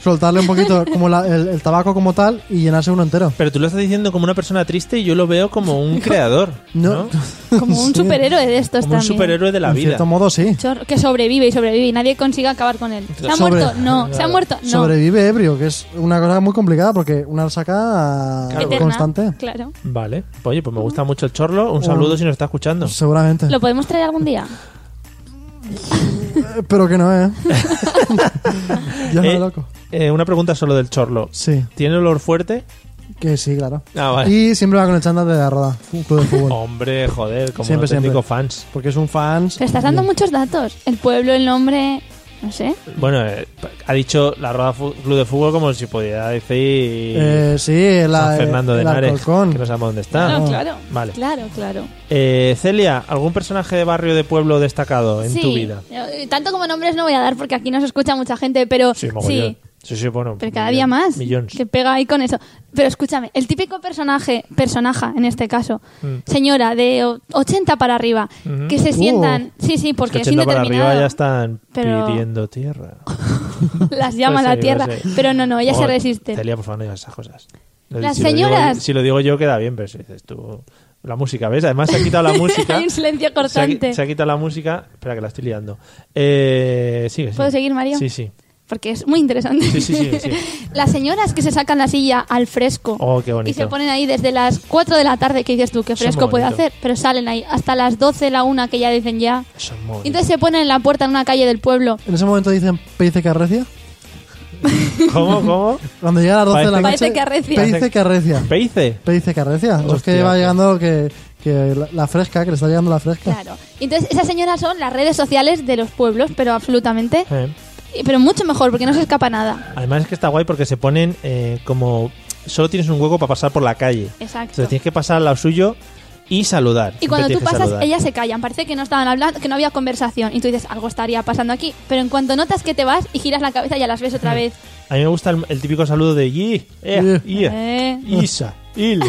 S4: soltarle
S3: (laughs)
S4: un poquito como la- el, el tabaco como tal y llenarse uno entero.
S1: Pero tú lo estás diciendo como una persona triste y yo lo veo como un creador, ¿no?
S4: No.
S3: Como un
S4: Sí.
S3: superhéroe de estos
S1: Como un
S3: también.
S1: superhéroe de la
S4: en
S1: vida.
S4: cierto modo, sí.
S3: Chorro, que sobrevive y sobrevive y nadie consigue acabar con él. ¿Se ha
S4: Sobre-
S3: muerto? No. ¿Se ha muerto? No.
S4: Sobrevive ebrio, que es una cosa muy complicada porque una saca
S3: Eterna,
S4: constante.
S3: Claro.
S1: Vale. Oye, pues me gusta mucho el chorlo.
S4: Oh.
S1: Un saludo si nos está escuchando.
S4: Seguramente.
S3: ¿Lo podemos traer algún día?
S4: Eh, Pero que no,
S3: (laughs)
S4: ¿eh? (laughs) ya
S1: Eh,
S4: no, loco.
S1: eh, una pregunta solo del chorlo.
S4: Sí,
S1: ¿Tiene olor fuerte?
S4: que sí, claro.
S1: Ah, vale. Oh.
S4: Y siempre va con el chándal de la roda, un club de fútbol.
S1: Hombre, joder, como
S4: Siempre,
S1: auténtico
S4: siempre.
S1: fans.
S4: Porque es un fans.
S3: Pero estás dando
S4: Bien.
S3: muchos datos. El pueblo, el nombre, no sé.
S1: Bueno, eh, ha dicho la rueda fu- club de fútbol como si pudiera decir
S4: Eh, sí, la,
S1: San Fernando de
S4: el
S1: Henares,
S4: Alcorcón.
S1: que Ah, no sabemos dónde está.
S3: Claro, claro.
S1: Vale.
S3: Claro, claro.
S1: Eh, Celia, ¿algún personaje de barrio de pueblo destacado en
S3: sí.
S1: tu vida?
S3: Eh, Tanto como nombres no voy a dar porque aquí nos escucha mucha gente, pero
S1: Sí,
S3: sí.
S1: mogollón. Sí, sí, bueno.
S3: Pero cada
S1: millón-
S3: día más.
S1: Millones.
S3: Que pega ahí con eso. Pero escúchame, el típico personaje, personaja en este caso,
S1: Mm.
S3: señora de o- 80 para arriba,
S1: Mm-hmm.
S3: que se sientan. Sí, sí, porque es,
S1: 80 para
S3: indeterminado.
S1: arriba ya están
S3: Pero-
S1: pidiendo tierra.
S3: (laughs) Las llama
S1: Pues
S3: la
S1: sí,
S3: tierra.
S1: pues sí.
S3: Pero no, no, ellas se
S1: Oh,
S3: resisten.
S1: Celia, por favor, no digas esas cosas. Lo-
S3: Las
S1: lo digo-
S3: señoras.
S1: si lo digo yo, queda bien, pero si dices tú. La música, ¿ves? Además se ha
S3: (laughs)
S1: quitado la música.
S3: Hay un silencio
S1: Se ha qui-
S3: cortante.
S1: Se ha, quitado la música. Espera, que la estoy liando. Eh, sigue, sigue.
S3: ¿Puedo seguir, Mario?
S1: Sí, sí.
S3: porque es muy interesante.
S1: Sí, sí, sí, sí.
S3: (laughs) Las señoras que se sacan la silla al fresco
S1: Oh, qué bonito.
S3: y se ponen ahí desde las 4 de la tarde, que dices tú, qué
S1: Eso es
S3: fresco
S1: muy
S3: puede
S1: bonito.
S3: hacer, pero salen ahí hasta las 12, la una, que ya dicen ya.
S1: Eso es muy bonito.
S3: Entonces se ponen en la puerta en una calle del pueblo.
S4: En ese momento dicen Peice Carrecia.
S3: (laughs)
S1: ¿Cómo, cómo?
S4: Cuando llega a las 12 de la
S3: Parece-
S4: noche.
S3: Parece Carrecia.
S4: Peice Carrecia.
S1: ¿Peice?
S4: Peice Carrecia. Los
S1: Hostia,
S4: que va
S1: tío.
S4: llegando que, que la, la fresca, que le está llegando la fresca.
S3: Claro. Entonces esas señoras son las redes sociales de los pueblos, pero absolutamente.
S1: Eh.
S3: y- Pero mucho mejor, porque no se escapa nada.
S1: Además es que está guay porque se ponen eh, como... Solo tienes un hueco para pasar por la calle.
S3: Exacto.
S1: Entonces tienes que pasar al lado suyo y saludar.
S3: Y
S1: Siempre
S3: cuando tú
S1: tienes que
S3: pasas,
S1: saludar.
S3: ellas se callan. Parece que no estaban hablando, que no había conversación. Y tú dices, algo estaría pasando aquí. Pero en cuanto notas que te vas y giras la cabeza, ya las ves otra
S1: (laughs)
S3: vez.
S1: A mí me gusta el, el típico saludo de... "Yi, eh,
S4: Yi.
S1: ye,
S3: Eh.
S1: Isa, Il,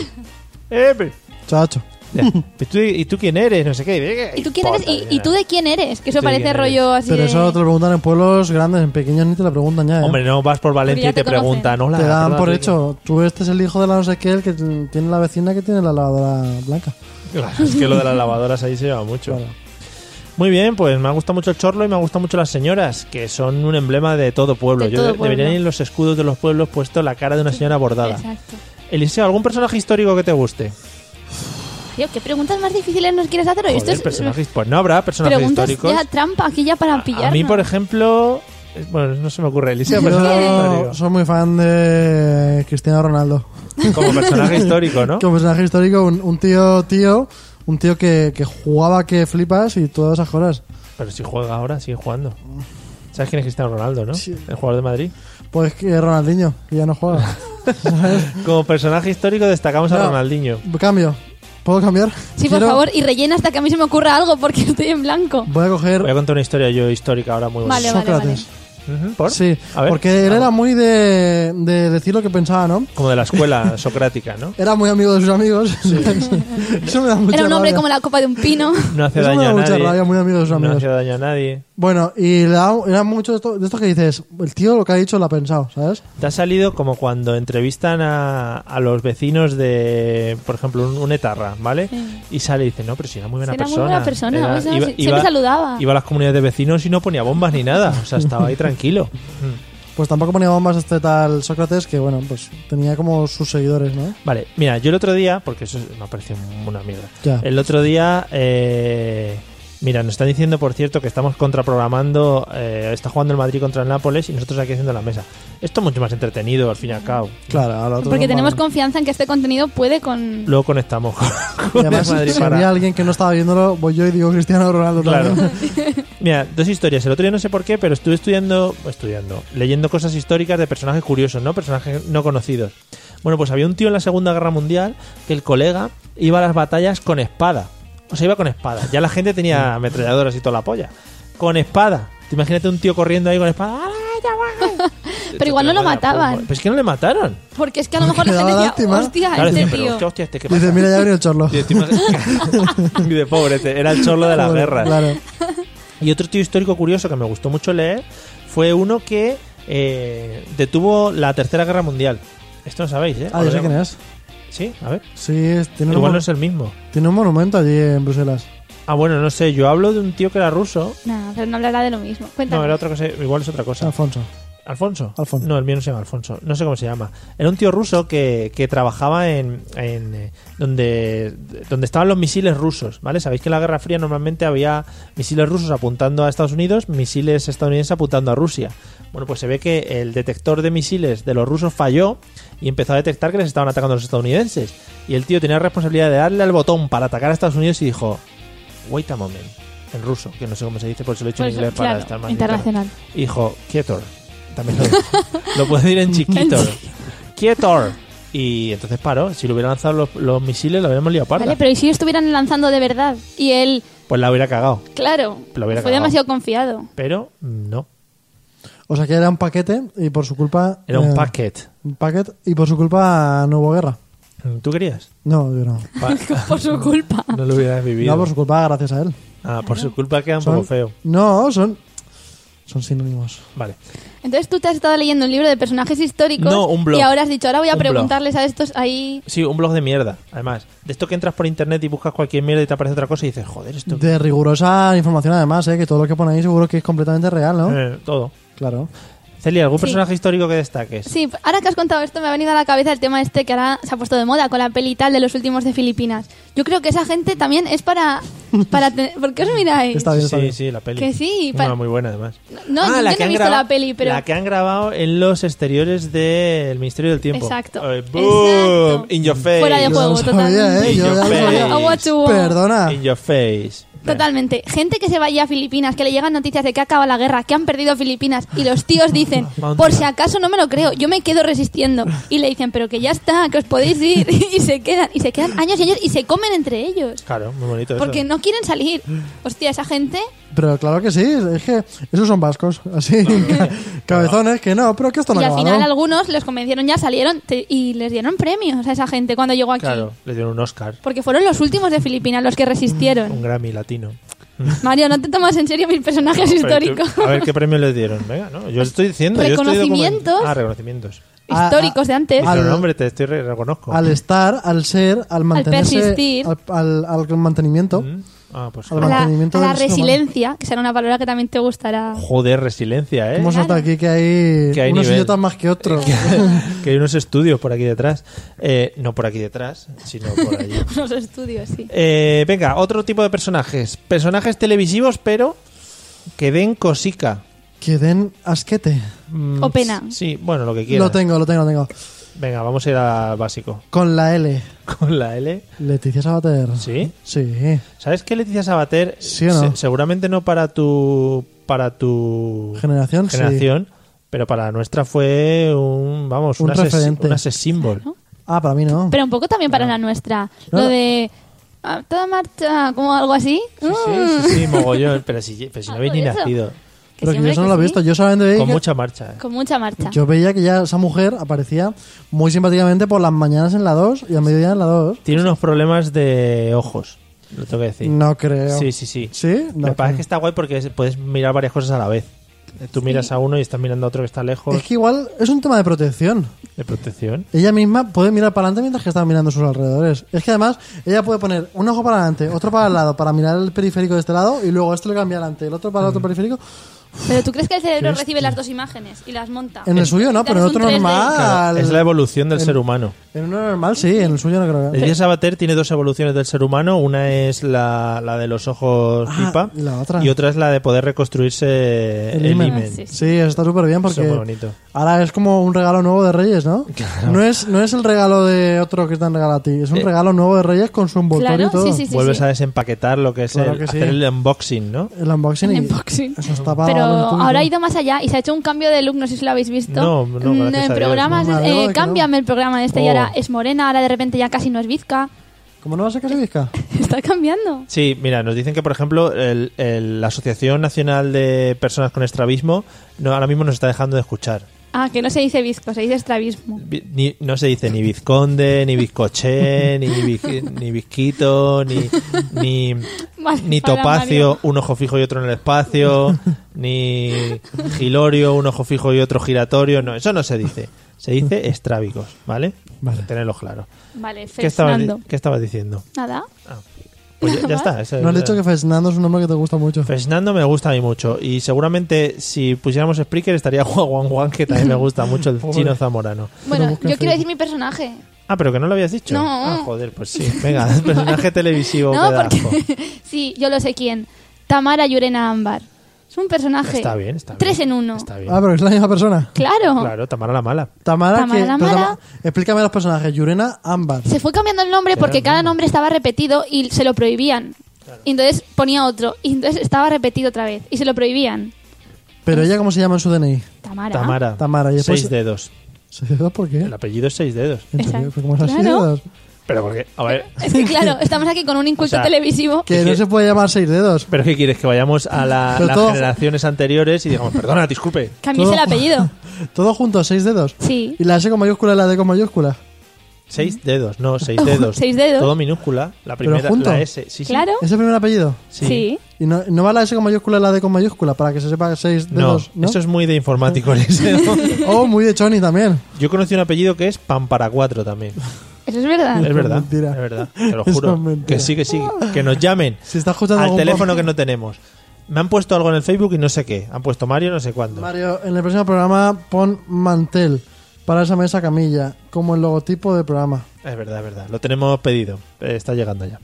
S1: Ebe".
S4: Chacho.
S1: Ya. ¿Y tú, ¿Y tú quién eres? No sé qué.
S3: ¿Y tú quién eres? ¿Y, y tú de quién eres? Que eso
S1: Sí,
S3: parece
S1: quién
S3: rollo así
S4: Pero
S3: de...
S4: eso te lo preguntan en pueblos grandes, en pequeños ni te lo preguntan ya. ¿eh?
S1: Hombre, no vas por Valencia
S3: Porque
S1: y te,
S3: ya te conocen.
S1: preguntan, hola.
S4: te dan
S1: hola,
S4: por
S1: tú-
S4: hecho. Tú este es el hijo de la no sé qué, el que t- tiene la vecina que tiene la lavadora blanca.
S1: Claro, es que lo de las lavadoras ahí se lleva mucho. Muy bien, pues me ha gustado mucho el chorlo y me ha gustado mucho las señoras, que son un emblema de todo pueblo.
S3: De
S1: Yo
S3: todo
S1: de-
S3: pueblo.
S1: deberían ir en los escudos de los pueblos puesto la cara de una señora bordada.
S3: Exacto.
S1: Eliseo, ¿algún personaje histórico que te guste?
S3: Tío, ¿qué preguntas más difíciles nos quieres hacer hoy?
S1: Joder,
S3: esto es...
S1: personajes- pues no habrá personajes
S3: preguntas
S1: históricos.
S3: ya trampa aquí ya para pillar.
S1: A mí, por ejemplo... eh, Bueno, no se me ocurre, Eliseo, personaje
S4: Yo
S1: histórico.
S4: soy muy fan de Cristiano Ronaldo.
S1: (laughs) Como
S4: (laughs)
S1: personaje histórico, ¿no?
S4: Como personaje pues histórico, un, un tío tío, un tío que, que jugaba que flipas y todas esas cosas.
S1: Pero si juega ahora, sigue jugando. ¿Sabes quién es Cristiano Ronaldo, no?
S4: Sí.
S1: El jugador de Madrid.
S4: Pues que Ronaldinho, que ya no juega.
S1: (laughs) Como personaje histórico destacamos a
S4: No.
S1: Ronaldinho.
S4: Cambio. ¿Puedo cambiar?
S3: Sí, por
S4: Quiero-
S3: favor, y rellena hasta que a mí se me ocurra algo porque (laughs) estoy en blanco.
S4: Voy a coger
S1: Voy a contar una historia yo histórica ahora muy
S3: Vale, vale, vale.
S4: Sócrates.
S1: buena. Ujú, ¿Por?
S4: Sí,
S1: A ver.
S4: porque él era muy de, de decir lo que pensaba, ¿no?
S1: Como de la escuela (laughs) socrática, ¿no?
S4: Era muy amigo de sus amigos. (laughs) Eso me da mucha
S3: Era un hombre
S4: rabia.
S3: como la copa de un pino.
S1: (laughs) No hace
S4: Eso me
S1: daño
S4: da
S1: a
S4: mucha
S1: nadie.
S4: rabia, muy amigo de sus
S1: No
S4: amigos.
S1: hace daño a nadie.
S4: Bueno, y le da- era mucho de esto, de esto que dices, el tío lo que ha dicho lo ha pensado, ¿sabes?
S1: Te ha salido como cuando entrevistan a, a los vecinos de, por ejemplo, un, un etarra, ¿vale? Y sale y dice, no, pero si era muy buena
S3: Si era muy
S1: persona.
S3: buena persona, o sea, si- siempre saludaba.
S1: Iba a las comunidades de vecinos y no ponía bombas ni nada. O sea, estaba ahí tranquilo.
S3: (laughs)
S1: Mm.
S4: Pues tampoco ponía bombas este tal Sócrates que, bueno, pues tenía como sus seguidores, ¿no?
S1: Vale, mira, yo el otro día, porque eso me ha parecido una mierda.
S4: Ya.
S1: El otro día, eh, mira, nos están diciendo, por cierto, que estamos contraprogramando, eh, está jugando el Madrid contra el Nápoles y nosotros aquí haciendo la mesa. Esto es mucho más entretenido, al fin y al cabo.
S4: Claro, ahora otro
S3: Porque
S4: no
S3: tenemos
S4: vale.
S3: confianza en que este contenido puede con...
S1: Luego conectamos (laughs) con,
S4: Y
S1: con el
S4: además,
S1: Madrid
S4: si
S1: para-
S4: había alguien que no estaba viéndolo, voy yo y digo Cristiano Ronaldo.
S1: Claro.
S4: también.
S1: (laughs) Mira, dos historias. El otro día no sé por qué, pero estuve estudiando, estudiando, leyendo cosas históricas de personajes curiosos, ¿no? Personajes no conocidos. Bueno, pues había un tío en la Segunda Guerra Mundial que el colega iba a las batallas con espada. O sea, iba con espada. Ya la gente tenía ametralladoras y toda la polla. Con espada. Te imagínate un tío corriendo ahí con espada. ¡Ala, ya va!
S3: Pero igual no lo mataban.
S1: Pues es que no le mataron.
S3: Porque es que a lo
S1: (laughs)
S3: mejor
S4: Porque
S3: la gente
S4: daba
S3: decía,
S4: lástima.
S3: hostia,
S1: Claro,
S3: este
S1: decían, pero
S3: tío.
S1: hostia, hostia, este, ¿qué (laughs)
S4: Dice,
S1: pasa?
S4: mira, ya ha venido el chorlo.
S1: Y encima- y de pobre, este, era el chorlo de
S4: (laughs)
S1: la guerra.
S4: Claro.
S1: Y otro tío histórico curioso que me gustó mucho leer fue uno que eh, detuvo la Tercera Guerra Mundial. Esto no sabéis, ¿eh?
S4: Ah, yo sé quién es.
S1: Sí, a ver.
S4: Sí, es- tiene, un,
S1: Igual
S4: mon-
S1: no es el mismo.
S4: tiene un monumento allí en Bruselas.
S1: Ah, bueno, no sé. Yo hablo de un tío que era ruso.
S3: Nah, pero no hablará de lo mismo.
S1: No,
S3: Cuéntame.
S1: era otra cosa. Igual es otra cosa.
S4: Alfonso.
S1: ¿Alfonso?
S4: Alfonso.
S1: No, el mío no se llama Alfonso. No sé cómo se llama. Era un tío ruso que, que trabajaba en, en, eh, donde, donde estaban los misiles rusos, ¿vale? Sabéis que en la Guerra Fría normalmente había misiles rusos apuntando a Estados Unidos, misiles estadounidenses apuntando a Rusia. Bueno, pues se ve que el detector de misiles de los rusos falló y empezó a detectar que les estaban atacando los estadounidenses. Y el tío tenía la responsabilidad de darle al botón para atacar a Estados Unidos y dijo, wait a moment, en ruso, que no sé cómo se dice, por eso lo he hecho
S3: Pues,
S1: en inglés para
S3: claro,
S1: estar más literal.
S3: internacional.
S1: Hijo, quietor. También
S3: (laughs)
S1: lo, lo puedo decir en chiquito. quietor. Y entonces paró. Si lo hubiera lanzado los, los misiles, lo habríamos liado parda.
S3: Vale, pero ¿y si estuvieran lanzando de verdad? Y él,
S1: Pues la hubiera cagado.
S3: claro,
S1: Lo hubiera
S3: fue
S1: cagado.
S3: demasiado confiado. (laughs)
S1: Pero no.
S4: O sea que era un paquete y por su culpa.
S1: Era un
S4: eh,
S1: paquet.
S4: Un paquete y por su culpa no hubo guerra.
S1: ¿Tú querías?
S4: No, yo no.
S1: Pa-
S3: Por su culpa.
S1: (laughs) no lo hubieras vivido.
S4: No, por su culpa, gracias a él.
S1: Ah, por su culpa queda un
S4: Son-
S1: poco feo.
S4: No, son. Son sinónimos.
S1: Vale.
S3: Entonces tú te has estado leyendo un libro de personajes históricos
S1: No, un blog.
S3: y ahora has dicho, ahora voy a
S1: Un blog.
S3: preguntarles a estos ahí...
S1: Sí, un blog de mierda. Además, de esto que entras por internet y buscas cualquier mierda y te aparece otra cosa y dices, joder, esto.
S4: De rigurosa información, además, ¿eh? que todo lo que pone ahí seguro que es completamente real, ¿no?
S1: Eh, todo.
S4: Claro.
S1: Celia, ¿algún
S3: Sí.
S1: personaje histórico que destaques?
S3: Sí, ahora que has contado esto me ha venido a la cabeza el tema este que ahora se ha puesto de moda con la peli y tal de los últimos de Filipinas. Yo creo que esa gente también es para... para ten- ¿Por qué os miráis?
S4: Está bien, está
S1: sí,
S4: bien.
S1: sí, la peli.
S3: Que sí, pa-
S1: Una muy buena, además.
S3: No,
S1: Ah,
S3: yo- yo no he visto la peli, pero...
S1: La que han grabado en los exteriores del Ministerio del Tiempo.
S3: Exacto.
S1: Eh, boom,
S3: Exacto.
S1: In your face.
S3: Fuera de
S4: Yo
S3: juego,
S4: no sabía,
S3: totalmente.
S4: ¿eh? Yo ya lo
S1: Face.
S4: sabía.
S3: I want to-
S4: Perdona.
S1: In your face.
S3: Totalmente. Gente que se vaya a Filipinas, que le llegan noticias de que acaba la guerra, que han perdido Filipinas, y los tíos
S4: (laughs)
S3: dicen, por si acaso no me lo creo, yo me quedo resistiendo. Y le dicen, pero que ya está, que os podéis ir. (laughs) Y se quedan, y se quedan años y años y se comen entre ellos.
S1: Claro, muy bonito eso.
S3: Porque no quieren salir. Hostia, esa gente.
S4: Pero claro que sí, es que esos son vascos, así, cabezones, (laughs) que no, pero que esto no
S3: Y
S4: ha
S3: al final
S4: acabado.
S3: algunos los convencieron, ya salieron te- y les dieron premios a esa gente cuando llegó aquí.
S1: Claro, le dieron un Oscar.
S3: Porque fueron los últimos de Filipinas los que
S1: Un
S3: resistieron.
S1: Grammy latino.
S3: (laughs) Mario, no te tomas en serio mis personajes históricos.
S1: A ver qué premio le dieron. Venga, no, yo estoy diciendo. yo estoy document-
S3: Reconocimientos.
S1: ah, reconocimientos.
S3: (laughs)
S4: A-
S3: históricos de antes.
S1: Dice,
S4: Al-
S1: no, hombre, te estoy re- reconozco.
S4: Al estar, al ser, al mantenerse,
S3: persistir.
S4: al, al- al mantenimiento.
S1: Mm, Ah, pues
S4: Al
S3: a la,
S4: mantenimiento
S3: a la
S4: del ser humano.
S3: resiliencia, que será una palabra que también te gustará.
S1: Joder, resiliencia, ¿eh?
S4: Hemos notado aquí que hay,
S1: Que hay
S4: unos
S1: nivel.
S4: idiotas más que otros.
S1: que hay unos estudios por aquí detrás. Eh, no por aquí detrás, sino por allí.
S3: Los estudios, sí.
S1: Eh, venga, otro tipo de personajes. Personajes televisivos, pero que den cosica.
S4: (laughs) que den asquete.
S1: Mm,
S3: O pena.
S1: Sí, bueno, lo que quieras.
S4: Lo tengo, lo tengo, lo tengo.
S1: Venga, vamos a ir al básico. (laughs)
S4: Con la L.
S1: Con la L.
S4: Leticia Sabater.
S1: ¿Sí?
S4: Sí.
S1: ¿Sabes que Leticia Sabater?
S4: ¿Sí o no?
S1: se- seguramente no para tu. para tu.
S4: Generación, sí.
S1: generación, Pero para la nuestra fue un. Vamos,
S4: Un
S1: un, ases-
S4: referente.
S1: un ases symbol.
S4: Ah, para mí no.
S3: Pero un poco también para la nuestra.
S4: No.
S3: Lo de. ah, Toda marcha, como algo así. Mm.
S1: Sí, sí, sí, sí, mogollón. Pero si, pero si no habéis ni
S3: Eso.
S1: nacido.
S3: Que
S4: Pero
S3: sí,
S4: que
S3: hombre,
S4: yo eso
S3: que
S4: no lo
S3: sí.
S4: he visto. Yo solamente veía
S1: Con
S4: que,
S1: mucha marcha. eh.
S3: Con mucha marcha.
S4: yo veía que ya esa mujer aparecía muy simpáticamente por las mañanas en la 2 y a mediodía en la 2.
S1: Tiene unos problemas de ojos. Lo tengo que decir.
S4: No creo.
S1: Sí, sí, sí.
S4: ¿Sí?
S1: Lo
S4: No
S1: que pasa es
S4: creo.
S1: que está guay porque es- puedes mirar varias cosas a la vez. Tú miras a uno y estás mirando a otro que está lejos.
S4: Es que igual es un tema de protección.
S1: De protección.
S4: Ella misma puede mirar para adelante mientras que está mirando sus alrededores. Es que además ella puede poner un ojo para adelante, otro para el lado, para mirar el periférico de este lado y luego este lo cambia adelante, el otro para el
S1: Mm.
S4: otro periférico.
S3: Pero tú crees que el cerebro recibe las dos imágenes y las monta.
S4: En el suyo no, pero en
S3: Es un
S4: otro
S3: 3D.
S4: normal.
S1: Claro, es la evolución del
S4: en-
S1: ser humano.
S4: En uno normal sí, en el suyo no creo.
S1: Leticia Sabater tiene dos evoluciones del ser humano. Una es la, la de los ojos
S4: Ah,
S1: pipa
S4: y la otra.
S1: y otra es la de poder reconstruirse el,
S4: imen.
S1: imen.
S3: Sí, sí.
S4: Sí, eso está súper bien porque
S1: Eso es muy bonito.
S4: ahora es como un regalo nuevo de Reyes, ¿no? No es no es el regalo de otro que te han regalado a ti,
S1: Eh.
S4: es un regalo nuevo de Reyes con su
S3: Claro,
S4: envoltorio y todo.
S3: sí, sí, sí.
S1: Vuelves
S3: sí.
S1: a desempaquetar lo que es
S4: Claro
S1: el,
S4: que sí.
S1: hacer el unboxing, ¿no?
S4: El unboxing. y-
S3: El unboxing.
S4: Eso está para
S3: Pero
S4: verlo tú y
S3: ahora ha
S4: todo.
S3: ido más allá y se ha hecho un cambio de look, no sé si lo habéis visto.
S1: No, no, gracias
S3: Mm,
S1: a Dios,
S3: En
S1: no.
S3: programas,
S4: Me alegro de
S3: eh,
S4: que no.
S3: cámbiame el programa este y
S1: Oh.
S3: ahora es morena, ahora de repente ya casi no
S1: (laughs)
S3: es bizca.
S4: ¿Cómo no vas a que se visca?
S3: Está cambiando.
S1: Sí, mira, nos dicen que, por ejemplo, el- el- la Asociación Nacional de Personas con Estrabismo no, ahora mismo nos está dejando de escuchar.
S3: Ah, que no se dice bizco, se dice estrabismo.
S1: Vi- ni- no se dice ni vizconde, ni bizcoché, ni, biz- ni bizquito, ni, ni,
S3: Vale,
S1: ni
S3: para
S1: topacio,
S3: Mario.
S1: un ojo fijo y otro en el espacio, ni gilorio, un ojo fijo y otro giratorio. No, eso no se dice. Se dice estrábicos, ¿vale?
S4: Vale.
S1: Tenerlo claro.
S3: Vale,
S1: ¿Qué estabas, di-
S3: Fernando.
S1: qué estabas diciendo?
S3: Nada.
S1: Pues ya, ya está. esa es
S4: No has
S1: la-
S4: dicho que Fernando es un nombre que te gusta mucho.
S1: Fernando me gusta a mí mucho y seguramente si pusiéramos Spreaker estaría (laughs) Juan Juan Juan que también me gusta mucho el chino zamorano.
S3: Bueno,
S4: busca
S3: yo quiero
S4: Facebook.
S3: decir mi personaje.
S1: Ah, pero que no lo habías dicho.
S3: No.
S1: Ah, joder, pues sí. Venga, (laughs) personaje televisivo.
S3: No,
S1: que da asco.
S3: (laughs) porque sí, yo lo sé quién. Tamara Yurena Ámbar. Es un personaje.
S1: Está bien, está bien.
S3: Tres en uno.
S1: Está bien.
S4: Ah, pero es la misma persona.
S3: Claro.
S1: Claro, Tamara la mala.
S4: Tamara,
S3: Tamara
S4: que,
S3: la
S4: pero
S3: mala.
S4: Tama- explícame los personajes. Yurena, Ámbar.
S3: Se fue cambiando el nombre porque cada nombre estaba repetido y se lo prohibían. Y entonces ponía otro. Y entonces estaba repetido otra vez. Y se lo prohibían.
S4: Pero ella, ¿cómo se llama en su DNI?
S3: Tamara.
S1: Tamara.
S4: Tamara, y después-
S1: Seis dedos.
S4: ¿Se llama por qué?
S1: El apellido es seis dedos.
S4: ¿En serio?
S3: Exacto.
S4: ¿Pero ¿Cómo es así?
S3: Claro.
S4: dedos?
S1: Pero porque, a ver,
S3: Es
S1: (laughs)
S3: que claro, estamos aquí con un inculto
S1: O sea,
S3: televisivo.
S4: Que no se puede llamar seis dedos.
S1: pero ¿qué quieres? Que vayamos a la-
S4: Pero
S1: las
S4: todo-
S1: generaciones anteriores y digamos, perdona, disculpe.
S3: Cambiése el
S4: todo-
S3: apellido.
S1: (laughs)
S4: Todo juntos, seis dedos.
S3: Sí.
S4: ¿Y la S con mayúscula y la D con mayúscula?
S1: Seis dedos, no,
S3: (laughs)
S1: seis dedos.
S3: Seis dedos.
S1: Todo minúscula. La
S4: Pero
S1: primera,
S4: junto.
S1: la S. Sí, sí.
S3: Claro.
S4: ¿Es el primer apellido?
S3: Sí.
S4: ¿Y no, no va la S con mayúscula y la D con mayúscula para que se sepa seis
S1: No,
S4: dedos? No,
S1: eso es muy de informático. ese,
S4: (laughs)
S1: ¿no?
S4: Oh, muy de Choni también.
S1: Yo conocí un apellido que es Pan para Cuatro también.
S3: Eso es verdad.
S1: Es verdad,
S4: mentira.
S1: es verdad, te lo
S4: Eso es
S1: juro.
S4: mentira.
S1: Que sí, que sí, que nos llamen
S4: Si está escuchando
S1: al
S4: algún
S1: teléfono
S4: pam-
S1: que no tenemos. me han puesto algo en el Facebook y no sé qué. Han puesto Mario no sé cuándo.
S4: Mario, en el próximo programa pon mantel para esa mesa camilla, como el logotipo del programa.
S1: Es verdad, es verdad. Lo tenemos pedido. Eh, Está llegando ya.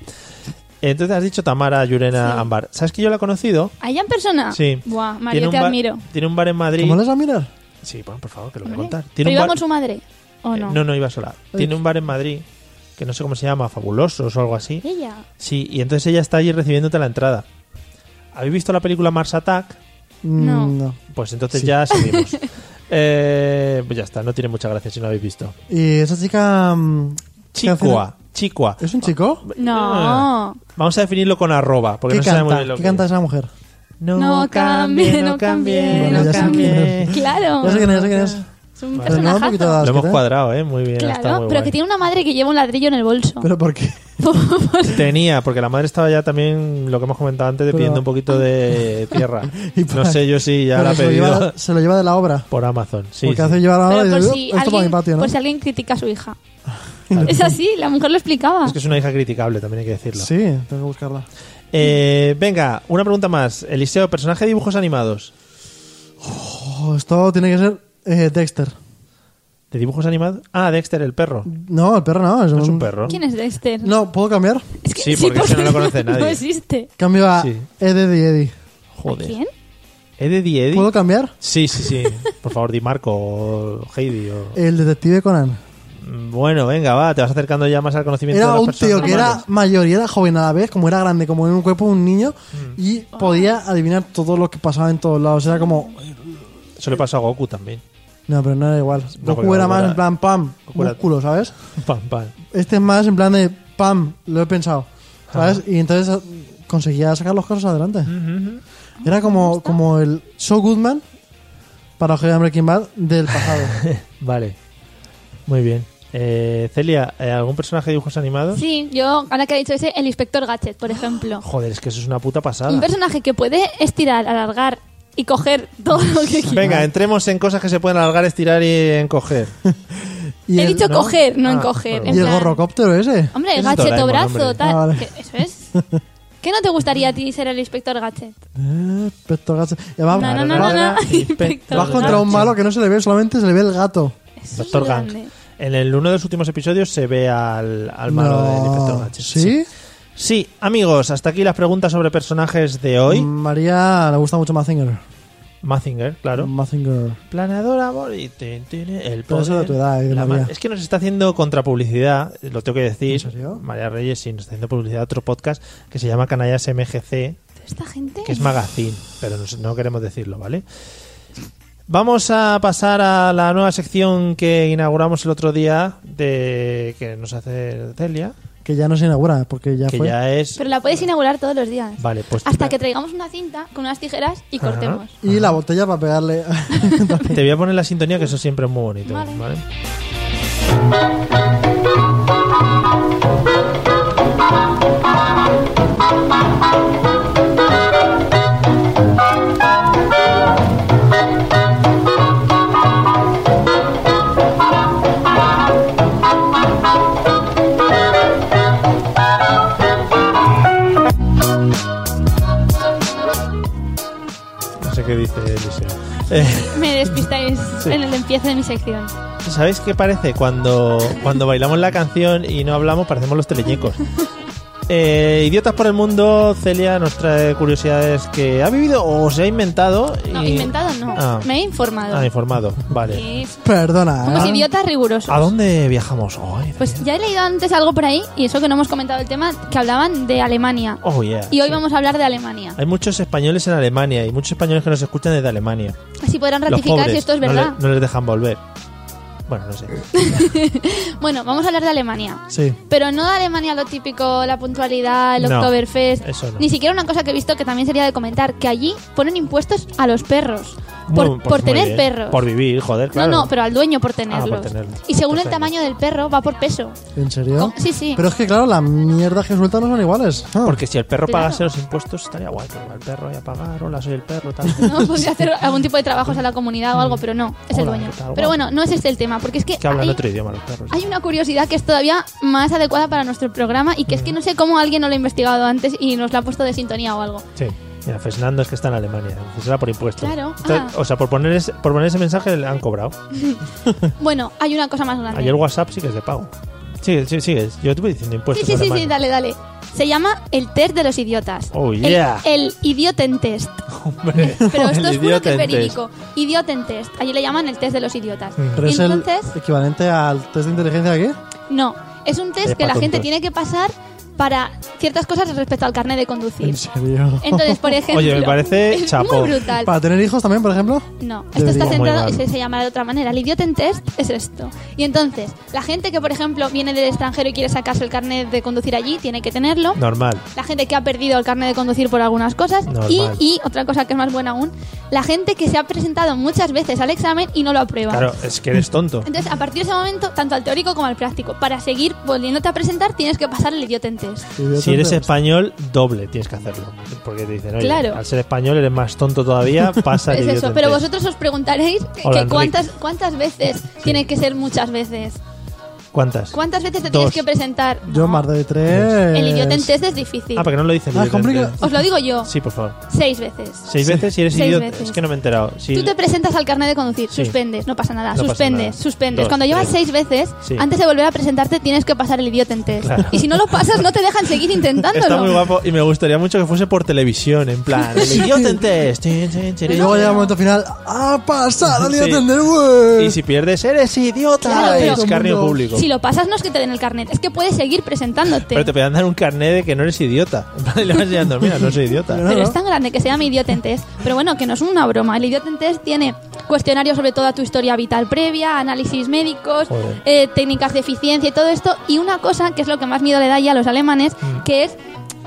S1: Entonces has dicho Tamara Yurena Ambar. ¿Sabes que yo la he conocido?
S3: ¿Allá en persona?
S1: Sí.
S3: Ah, Buah,
S1: Tiene
S3: Mario,
S1: un
S3: te
S1: bar-
S3: admiro.
S1: Tiene un bar en Madrid.
S4: ¿Cómo les va a mirar?
S1: Sí, bueno, por favor, que lo voy a
S3: Hombre,
S1: contar.
S3: ¿Pero
S1: Tiene un
S3: iba
S1: bar-
S3: con su madre? ¿O
S1: Eh,
S3: no?
S1: no, no iba sola. Tiene un bar en Madrid que no sé cómo se llama, Fabulosos o algo así.
S3: Ella.
S1: Sí, y entonces ella está allí recibiéndote la entrada. ¿Habéis visto la película Mars Attack?
S4: Mm,
S3: No.
S4: no.
S1: Pues entonces ya seguimos.
S4: (laughs)
S1: Eh, pues ya está, no tiene mucha gracia si no lo habéis visto.
S4: ¿Y esa chica. mm, qué hace?
S1: Chicua, Chicua.
S4: ¿Es un chico?
S3: No.
S1: (laughs) Vamos a definirlo con arroba, porque
S4: ¿Qué
S1: no se sabe muy
S4: canta?
S1: bien lo
S4: ¿Qué
S1: que
S4: canta
S1: es.
S4: esa mujer?
S3: No cambie, no cambie,
S4: no cambie.
S3: Claro.
S4: Ya sé quién es, ya sé quién es.
S3: Es un
S4: Pero no, un
S3: personajazo.
S4: poquito de
S1: Lo
S4: asquete.
S1: hemos cuadrado, ¿eh? Muy bien. ha estado
S3: Claro,
S1: muy
S3: pero
S1: guay.
S3: que tiene una madre que lleva un ladrillo en el bolso.
S4: ¿Pero por qué?
S1: Tenía, porque la madre estaba ya también, lo que hemos comentado antes, de
S4: Pero-
S1: pidiendo un poquito de tierra.
S4: (laughs) Y
S1: No
S4: para-
S1: sé yo si (laughs) ya
S4: Pero
S1: la ha
S4: se, lo
S1: pedido
S4: lleva, se lo lleva de la obra.
S1: por Amazon. Sí,
S4: porque
S1: sí.
S4: hace llevar a la obra
S3: Pero
S4: y
S3: por
S4: dice,
S3: si,
S4: Ah, esto para mi
S3: alguien,
S4: patio, ¿no?
S3: por si alguien critica a
S1: (laughs)
S3: su hija. es así, la mujer lo explicaba.
S1: Es que es una hija criticable, también hay que decirlo.
S4: Sí, tengo que buscarla.
S1: Eh, venga, una pregunta más. Eliseo, personaje de dibujos animados.
S4: Oh, esto tiene que ser eh, Dexter.
S1: ¿De dibujos animados? Ah, Dexter, el perro.
S4: No, el perro no. Es,
S1: No es un perro.
S3: ¿Quién es Dexter?
S4: No, ¿puedo cambiar?
S3: Es que,
S1: Sí, porque ese no lo conoce
S3: (laughs) no-
S1: nadie.
S3: No existe.
S4: Cambio a
S1: Sí.
S4: Eddie the Eddie.
S1: Joder.
S3: ¿Quién?
S1: ¿Eddie, Eddie?
S4: ¿Puedo cambiar?
S1: Sí, sí, sí. Por favor, di Marco o Heidi. o-
S4: El detective Conan.
S1: Bueno, venga, va, te vas acercando ya más al conocimiento de
S4: Era
S1: las
S4: un
S1: personas
S4: tío que era
S1: normales.
S4: mayor y era joven a la vez, como era grande, como en un cuerpo de un niño,
S1: Mm.
S4: y podía adivinar todo lo que pasaba en todos lados. Era como.
S1: Eso le pasó a Goku también. (laughs)
S4: No, pero no era igual.
S1: No,
S4: Goku
S1: porque
S4: era
S1: Goku
S4: más
S1: era-
S4: en plan pam,
S1: Goku era-
S4: músculo, ¿sabes?
S1: Pam, pam.
S4: Este es más en plan de pam, lo he pensado, ¿sabes? Y entonces eh, conseguía sacar los casos adelante. Era como, como el Show Goodman para los que vean Breaking Bad del
S3: (laughs)
S4: pasado.
S1: Vale. Muy bien. Eh, Celia, eh, ¿algún personaje de dibujos animados?
S3: Sí, yo, ahora que ha dicho ese, el inspector Gadget, por ejemplo.
S1: Joder, es que eso es una puta pasada.
S3: Un personaje que puede estirar, alargar y coger todo lo que quiera.
S1: Venga, entremos en cosas que se pueden alargar, estirar y encoger.
S4: y
S3: He
S4: el,
S3: dicho
S1: ¿no?
S3: coger, no
S1: Ah,
S3: encoger.
S1: bueno.
S3: en
S4: y el
S3: plan-
S4: gorrocóptero ese.
S3: Hombre, el
S1: Ese es
S3: Gadget o
S1: Doraemon,
S3: brazo,
S1: hombre.
S3: tal.
S4: Ah, vale.
S3: que- eso es. ¿Qué no te gustaría a ti ser el inspector Gadget?
S4: Eh, Inspector Gadget. Y además,
S3: No, no, no,
S4: vas-
S3: no, no. (laughs) Inspector
S4: Vas contra un malo que no se le ve, solamente se le ve el gato.
S3: Eso es
S1: Doctor
S3: grande.
S1: Gang. En el uno de los últimos episodios se ve al, al malo
S4: No.
S1: del Inspector Gadget.
S4: ¿Sí?
S1: Sí, amigos, hasta aquí las preguntas sobre personajes de hoy.
S4: Mm. María le gusta mucho Mazinger.
S1: Mazinger,
S4: Mm.
S1: claro.
S4: Mazinger.
S1: Planador, amor y tin, tin, el
S4: Pero eso
S1: poder,
S4: de tu edad, eh,
S1: la
S4: María.
S1: ma- Es que nos está haciendo contrapublicidad, lo tengo que decir.
S4: ¿En serio?
S1: María Reyes sí nos está haciendo publicidad a otro podcast que se llama Canallas MGC,
S3: Esta gente.
S1: que es magazine, pero nos- no queremos decirlo, ¿vale? Vamos a pasar a la nueva sección que inauguramos el otro día de que nos hace Celia,
S4: Que ya no se inaugura, porque ya
S1: que
S4: fue.
S1: ya es
S3: Pero la puedes inaugurar todos los días.
S1: Vale, pues
S3: Hasta que traigamos una cinta con unas tijeras y
S1: Ajá.
S3: cortemos.
S4: Y
S1: Ah.
S4: la botella para pegarle. (laughs)
S1: (laughs) te voy a poner la sintonía que eso siempre es muy bonito,
S3: Vale.
S1: ¿vale? No sé qué dice Eliseo. Eh,
S3: Me despistáis
S1: Sí.
S3: en el empiezo de mi sección.
S1: ¿Sabéis qué parece? Cuando, cuando bailamos la canción y no hablamos, parecemos los teleñecos. Eh, Idiotas por el mundo, Celia nos trae curiosidades que ha vivido o se ha inventado. y-
S3: No, inventado no.
S1: Ah.
S3: Me he informado.
S1: Ah, informado, vale.
S3: Y es-
S4: Perdona.
S3: Somos
S4: ¿eh?
S3: idiotas rigurosos.
S1: ¿A dónde viajamos hoy?
S3: Pues ya he leído antes algo por ahí, y eso que no hemos comentado el tema, que hablaban de Alemania.
S1: Oh, yeah.
S3: Y hoy
S1: sí.
S3: vamos a hablar de Alemania.
S1: Hay muchos españoles en Alemania y muchos españoles que nos escuchan desde Alemania.
S3: Así podrán
S1: Los
S3: ratificar
S1: pobres,
S3: si esto es
S1: no le-
S3: verdad.
S1: No, les dejan volver. Bueno,
S3: (laughs)
S1: no sé.
S3: Bueno, vamos a hablar de Alemania.
S4: Sí.
S3: Pero no de Alemania lo típico, la puntualidad, el
S1: No,
S3: Oktoberfest.
S1: eso no.
S3: Ni siquiera una cosa que he visto que también sería de comentar, que allí ponen impuestos a los perros. Por,
S1: Muy- pues
S3: por
S1: muy
S3: tener
S1: bien.
S3: perros.
S1: Por vivir, joder, claro. Ah,
S3: No, no, pero al dueño por tenerlos.
S1: tenerlos.
S3: Y según el
S1: Perfecto.
S3: tamaño del perro, va por peso. (laughs)
S4: ¿En serio?
S3: Con- Sí, sí.
S4: Pero es que, claro, las mierdas que sueltan no son iguales. Ah.
S1: Porque si el perro
S3: Claro.
S1: pagase los impuestos estaría guay. que El perro ya pagar, hola, soy el perro, tal.
S3: (laughs) No, podría hacer algún tipo de trabajos a la comunidad o algo, pero no, es el
S1: Hola,
S3: dueño.
S1: ¿qué tal?
S3: Pero bueno, no es este el tema, porque es que,
S1: Que hablan
S3: hay,
S1: otro idioma los perros.
S3: hay una curiosidad que es todavía
S1: (laughs)
S3: más adecuada para nuestro programa y que es que no sé cómo alguien no lo ha investigado antes y nos la ha puesto de sintonía o algo.
S1: Sí. Mira, Fernando es que está en Alemania, será por impuestos.
S3: Claro.
S1: Entonces,
S3: Ah.
S1: O sea, por poner, ese, por poner ese mensaje le han cobrado.
S3: Bueno, hay una cosa más grande.
S1: Ayer WhatsApp sí que es de pago. Sí, sí, sí. es- Yo te voy diciendo
S3: Sí,
S1: impuestos.
S3: sí, sí,
S1: alemanes.
S3: sí, dale, dale. Se llama el test de los idiotas.
S1: Oh,
S3: El-
S1: yeah.
S3: El, idioten test.
S1: Hombre,
S3: (laughs) Pero esto
S1: el
S3: es juro que es
S1: idiotentest.
S3: verídico. Idioten test. Allí le llaman el test de los idiotas.
S4: Pero
S3: Y
S4: es
S3: entonces,
S4: el equivalente al test de inteligencia de aquí.
S3: no. Es un test
S1: Es
S3: que
S1: pa'
S3: la gente
S1: tontos.
S3: tiene que pasar para ciertas cosas respecto al carnet de conducir.
S4: En serio.
S3: Entonces, por
S1: (laughs)
S3: ejemplo.
S1: Oye, me parece
S3: (laughs) es
S1: chapo.
S3: Muy brutal.
S4: ¿Para tener hijos también, por ejemplo?
S3: No, esto
S4: Debería.
S3: está centrado
S1: Muy
S3: y
S1: mal.
S3: se, se llama de otra manera. El idioten test es esto. Y entonces, la gente que, por ejemplo, viene del extranjero y quiere sacarse el carnet de conducir allí, tiene que tenerlo.
S1: Normal.
S3: La gente que ha perdido el carnet de conducir por algunas cosas. Y,
S1: Normal.
S3: y otra cosa que es más buena aún, la gente que se ha presentado muchas veces al examen y no lo aprueba.
S1: Claro, es que eres
S3: (laughs)
S1: tonto.
S3: Entonces, a partir de ese momento, tanto al teórico como al práctico, para seguir volviéndote a presentar, tienes que pasar el idioten test.
S1: Si eres español, doble tienes que hacerlo. Porque te dicen, oye,
S3: Claro.
S1: al ser español eres más tonto todavía, pasa el
S3: (laughs) Es eso,
S1: idiotentest.
S3: pero vosotros os preguntaréis que-
S1: Hola,
S3: que
S1: Enric.
S3: cuántas, cuántas veces tiene que ser muchas veces.
S1: ¿Cuántas?
S3: ¿Cuántas veces te
S1: Dos.
S3: tienes que presentar?
S4: Yo
S3: No.
S4: más de tres.
S3: El idiota en test es difícil.
S1: Ah, porque no lo dicen.
S4: Ah, es complicado.
S3: Os lo digo yo,
S1: Sí, por favor.
S3: seis veces.
S1: Seis veces si eres
S3: Seis
S1: idiota.
S3: veces.
S1: Es que no me he enterado. Si-
S3: Tú te presentas al carnet de conducir,
S1: Sí.
S3: suspendes, no pasa nada,
S1: No pasa
S3: suspendes,
S1: nada.
S3: suspendes.
S1: Dos,
S3: Cuando llevas
S1: tres.
S3: seis veces,
S1: Sí.
S3: antes de volver a presentarte tienes que pasar el idiota en test.
S1: Claro.
S3: Y si no lo pasas, no te dejan
S1: (laughs)
S3: seguir intentándolo.
S1: Está muy guapo y me gustaría mucho que fuese por televisión, en plan. El idiotentest. Tin, tin, tin,
S4: Y
S1: tin.
S4: luego llega el momento final. ¡Ah,
S1: (laughs)
S4: pasado! ¡Al
S1: Sí.
S4: idiotentender, güey!
S1: Y si pierdes, eres idiota.
S3: Claro,
S1: y
S3: pero-
S1: escarnio público.
S3: Si lo pasas, no es que te den el carnet, es que puedes seguir presentándote.
S1: Pero te pueden dar un carnet de que no eres idiota. En plan, y le vas enseñando, mira, no soy idiota.
S3: Pero
S4: ¿no?
S3: es tan grande que se llama idiotentest. Pero bueno, que no es una broma. El idiotentest tiene cuestionarios sobre toda tu historia vital previa, análisis médicos,
S1: Joder.
S3: eh, técnicas de eficiencia y todo esto. Y una cosa que es lo que más miedo le da ya a los alemanes, que es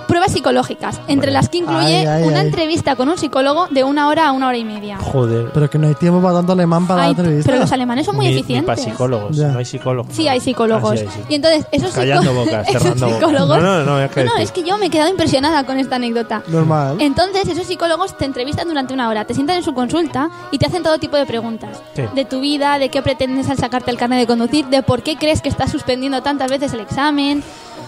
S3: pruebas psicológicas, entre las que incluye
S4: Mm. Ay, ay,
S3: una
S4: ay.
S3: entrevista con un psicólogo de una hora a una hora y media.
S1: Joder.
S4: Pero que no hay tiempo para tanto alemán para
S3: Ay,
S4: la entrevista.
S3: pero los alemanes son muy
S1: Ni- ni
S3: eficientes.
S1: para psicólogos.
S4: Ya.
S1: No hay psicólogos.
S3: Sí, hay psicólogos.
S1: Ah, sí, hay, sí.
S3: Y entonces, esos,
S1: Callando
S3: psicó-
S1: bocas,
S3: (laughs) esos
S1: cerrando bocas.
S3: psicólogos.
S1: No, no, no, es que decir.
S3: es que yo me he quedado impresionada con esta anécdota.
S4: Normal.
S3: Entonces, esos psicólogos te entrevistan durante una hora, te sientan en su consulta y te hacen todo tipo de preguntas.
S1: Sí.
S3: De tu vida, de qué pretendes al sacarte el carnet de conducir, de por qué crees que estás suspendiendo tantas veces el examen.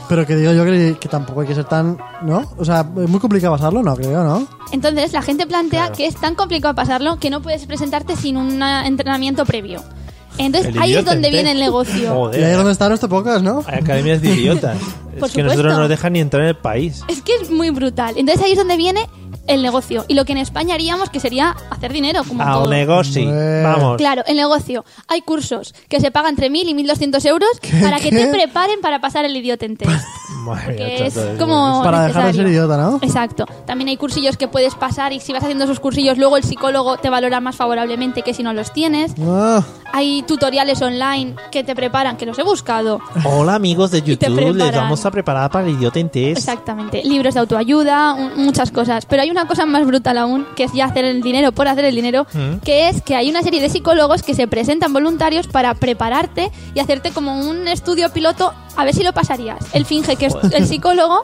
S4: Pero que digo yo que, que tampoco hay que ser tan. ¿No? O sea, es muy complicado pasarlo, no creo, ¿no?
S3: Entonces, la gente plantea
S1: Claro.
S3: que es tan complicado pasarlo que no puedes presentarte sin un eh, entrenamiento previo. Entonces,
S1: El
S3: ahí es
S1: idiota
S3: donde
S1: en
S3: viene
S1: test.
S3: el negocio.
S4: Y ahí es
S1: Joder.
S4: donde está nuestro podcast, ¿no?
S1: Hay academias de idiotas.
S3: (laughs) Por
S1: es que nosotros
S3: supuesto.
S1: no nos dejan ni entrar en el país.
S3: Es que es muy brutal. Entonces, ahí es donde viene el negocio. Y lo que en España haríamos que sería hacer dinero, como
S1: A
S4: Ah,
S3: todo.
S1: un negocio.
S4: Hombre.
S1: Vamos.
S3: Claro, el negocio. Hay cursos que se pagan entre 1.000 y 1.200 euros para que
S4: ¿Qué? Pues,
S3: te preparen para pasar el idiotén test.
S1: Madre mía,
S3: que es
S1: chato,
S3: como
S4: Para dejar de ser
S3: necesario.
S4: idiota, ¿no?
S3: Exacto. También hay cursillos que puedes pasar y si vas haciendo esos cursillos luego el psicólogo te valora más favorablemente que si no los tienes.
S4: Ah,
S3: Hay tutoriales online que te preparan, que los he buscado.
S1: Hola amigos de
S3: te
S1: YouTube, les
S3: preparan.
S1: vamos a preparar para el idiotentest.
S3: Exactamente. Libros de autoayuda, un- muchas cosas. Pero hay una cosa más brutal aún, que es ya hacer el dinero por hacer el dinero,
S1: Mm.
S3: que es que hay una serie de psicólogos que se presentan voluntarios para prepararte y hacerte como un estudio piloto a ver si lo pasarías. Él finge que es el
S4: (laughs)
S3: psicólogo,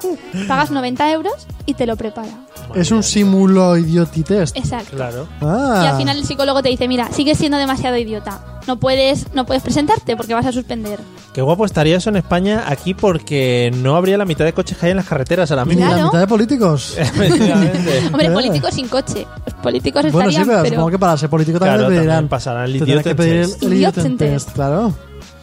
S3: pagas 90 euros y te lo prepara.
S4: es un simulo idiotitest.
S3: Exacto.
S1: Claro.
S4: Ah.
S3: Y al final el psicólogo te dice, mira, sigues siendo demasiado idiota. No puedes, no puedes presentarte porque vas a
S4: (laughs)
S3: suspender.
S1: Qué guapo estaría eso en España aquí porque no habría la mitad de coches que hay en las carreteras ahora
S4: Ni
S1: mismo.
S4: la
S3: Claro.
S4: mitad de políticos.
S1: (laughs) Efectivamente.
S3: (laughs) Hombre,
S4: Eh.
S3: políticos sin coche. Los políticos
S4: bueno, sí,
S3: estarían,
S4: pero,
S3: pero...
S4: supongo que para ser político también
S1: Claro,
S4: te
S1: también
S4: pedirán.
S1: pasarán el
S4: te tendrán que pedir
S1: idiotentest.
S4: el
S3: Idiotentest.
S4: idiotentest, claro.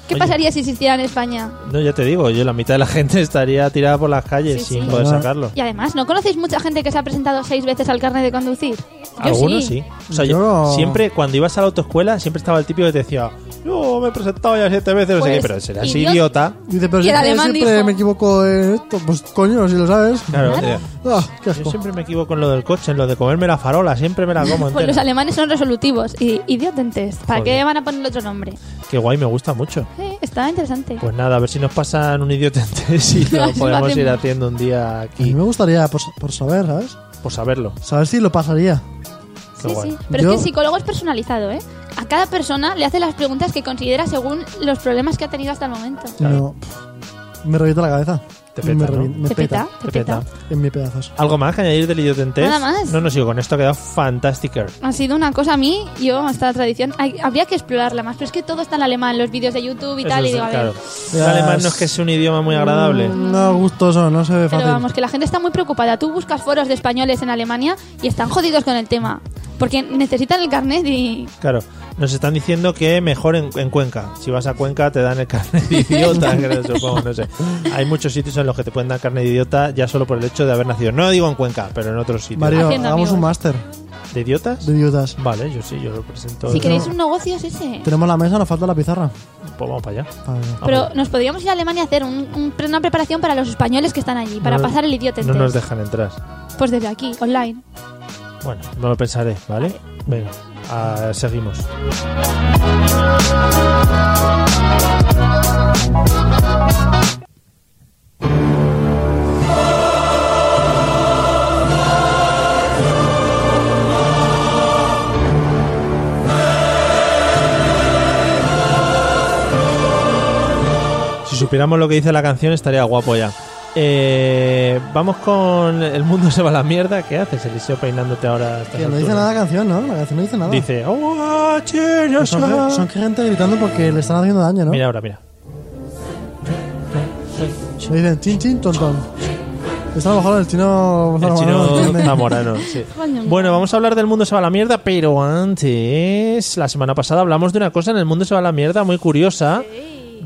S3: ¿Qué pasaría si se hiciera en España?
S1: No, ya te digo, yo la mitad de la (laughs) gente estaría tirada por las calles
S3: Sí,
S1: sin
S3: sí.
S1: poder
S4: Ah.
S1: sacarlo.
S3: Y además, ¿no conocéis mucha gente que se ha presentado seis veces al carnet de conducir? Yo
S1: Algunos sí. O sea, yo,
S4: Yo no.
S1: siempre, cuando ibas a la autoescuela, siempre estaba el típico que te decía, yo me he presentado ya siete veces, no sé
S3: Pues,
S1: qué, pero serás
S3: idiota.
S1: idiota.
S4: Dice, pero
S3: Y
S4: si
S3: el
S4: yo
S3: alemán
S4: siempre
S3: dijo-
S4: me equivoco en esto. Pues coño, si lo sabes.
S1: Claro,
S3: Claro.
S1: eh,
S4: Ah, qué
S1: Yo
S4: asco.
S1: siempre me equivoco en lo del coche, en lo de comerme la farola, siempre me la como
S3: (laughs) Pues los
S1: entera.
S3: alemanes son resolutivos y idiotentes. ¿Para
S1: Joder.
S3: qué van a poner otro nombre?
S1: Qué guay, me gusta mucho.
S3: Eh, está interesante.
S1: Pues nada, a ver si nos pasan un idiotentest
S3: (laughs)
S1: y lo
S3: Lo
S1: podemos ir
S3: hacemos.
S1: haciendo un día
S4: A mí
S1: aquí
S4: me gustaría, por, por saber, ¿sabes?
S1: por saberlo.
S4: Saber si lo pasaría.
S3: sí,
S1: guay.
S3: sí. Pero
S4: Yo-
S3: es que el psicólogo es personalizado, ¿eh? A cada persona le hace las preguntas que considera según los problemas que ha tenido hasta el momento.
S4: No, pff, me revienta la cabeza.
S1: Te peta,
S4: me,
S1: ¿no?
S4: revin- me
S3: Te peta,
S4: peta,
S3: te peta.
S4: en mi pedazos.
S1: ¿Algo más que añadir del idiotentez?
S3: Nada más.
S1: No, no sigo con esto, ha quedado fantástico.
S3: Ha sido una cosa a mí, yo, esta tradición, hay- habría que explorarla más, pero es que todo está en alemán, los vídeos de YouTube y
S1: Eso
S3: tal, y
S1: es,
S3: digo, a ver. Mm.
S1: claro. El
S4: Ya
S1: alemán
S4: es-
S1: no es que sea un idioma muy agradable.
S4: No, gustoso, no se ve
S3: Pero
S4: fácil.
S3: vamos, que la gente está muy preocupada. Tú buscas foros de españoles en Alemania y están jodidos con el tema, porque necesitan el carnet y...
S1: Claro, nos están diciendo que mejor en, en Cuenca. Si vas a Cuenca te dan el carnet de idiota, (laughs) creo, supongo, no sé. Hay muchos sitios en los que te pueden dar carnet de idiota ya solo por el hecho de haber nacido. No digo en Cuenca, pero en otros sitios.
S4: Mario,
S3: Haciendo
S4: hagamos un
S3: amigos.
S4: máster
S1: ¿De idiotas?
S4: de idiotas.
S1: Vale, yo sí, yo lo presento.
S3: Si queréis un negocio es ese.
S4: Tenemos la mesa, nos falta la pizarra.
S1: Pues vamos para allá.
S4: Ah, bien.
S3: Pero nos podríamos ir a Alemania a hacer un- un- una preparación para los españoles que están allí, para
S1: No-
S3: pasar el idiota este.
S1: No nos dejan entrar.
S3: Pues desde aquí, online.
S1: Bueno, no lo pensaré, ¿vale? Venga, ah, seguimos. Si supiéramos lo que dice la canción estaría guapo ya. Eh, vamos con El mundo se va a la mierda. ¿Qué haces, Eliseo, peinándote ahora? a estas
S4: Tío, no dice
S1: alturas?
S4: nada la canción, ¿no? La canción no dice nada.
S1: Dice... "Oh, che, yo
S4: Son,
S1: soy-".
S4: son gente gritando porque le están haciendo daño, ¿no?
S1: Mira ahora, mira.
S4: Le dicen chin chin ton ton. Está a lo mejor el chino.
S1: El
S4: no
S1: chino
S4: entiende.
S1: zamorano, sí.
S3: (laughs) Vaya.
S1: Bueno, vamos a hablar del mundo se va a la mierda, pero antes, la semana pasada hablamos de una cosa en el mundo se va a la mierda muy curiosa,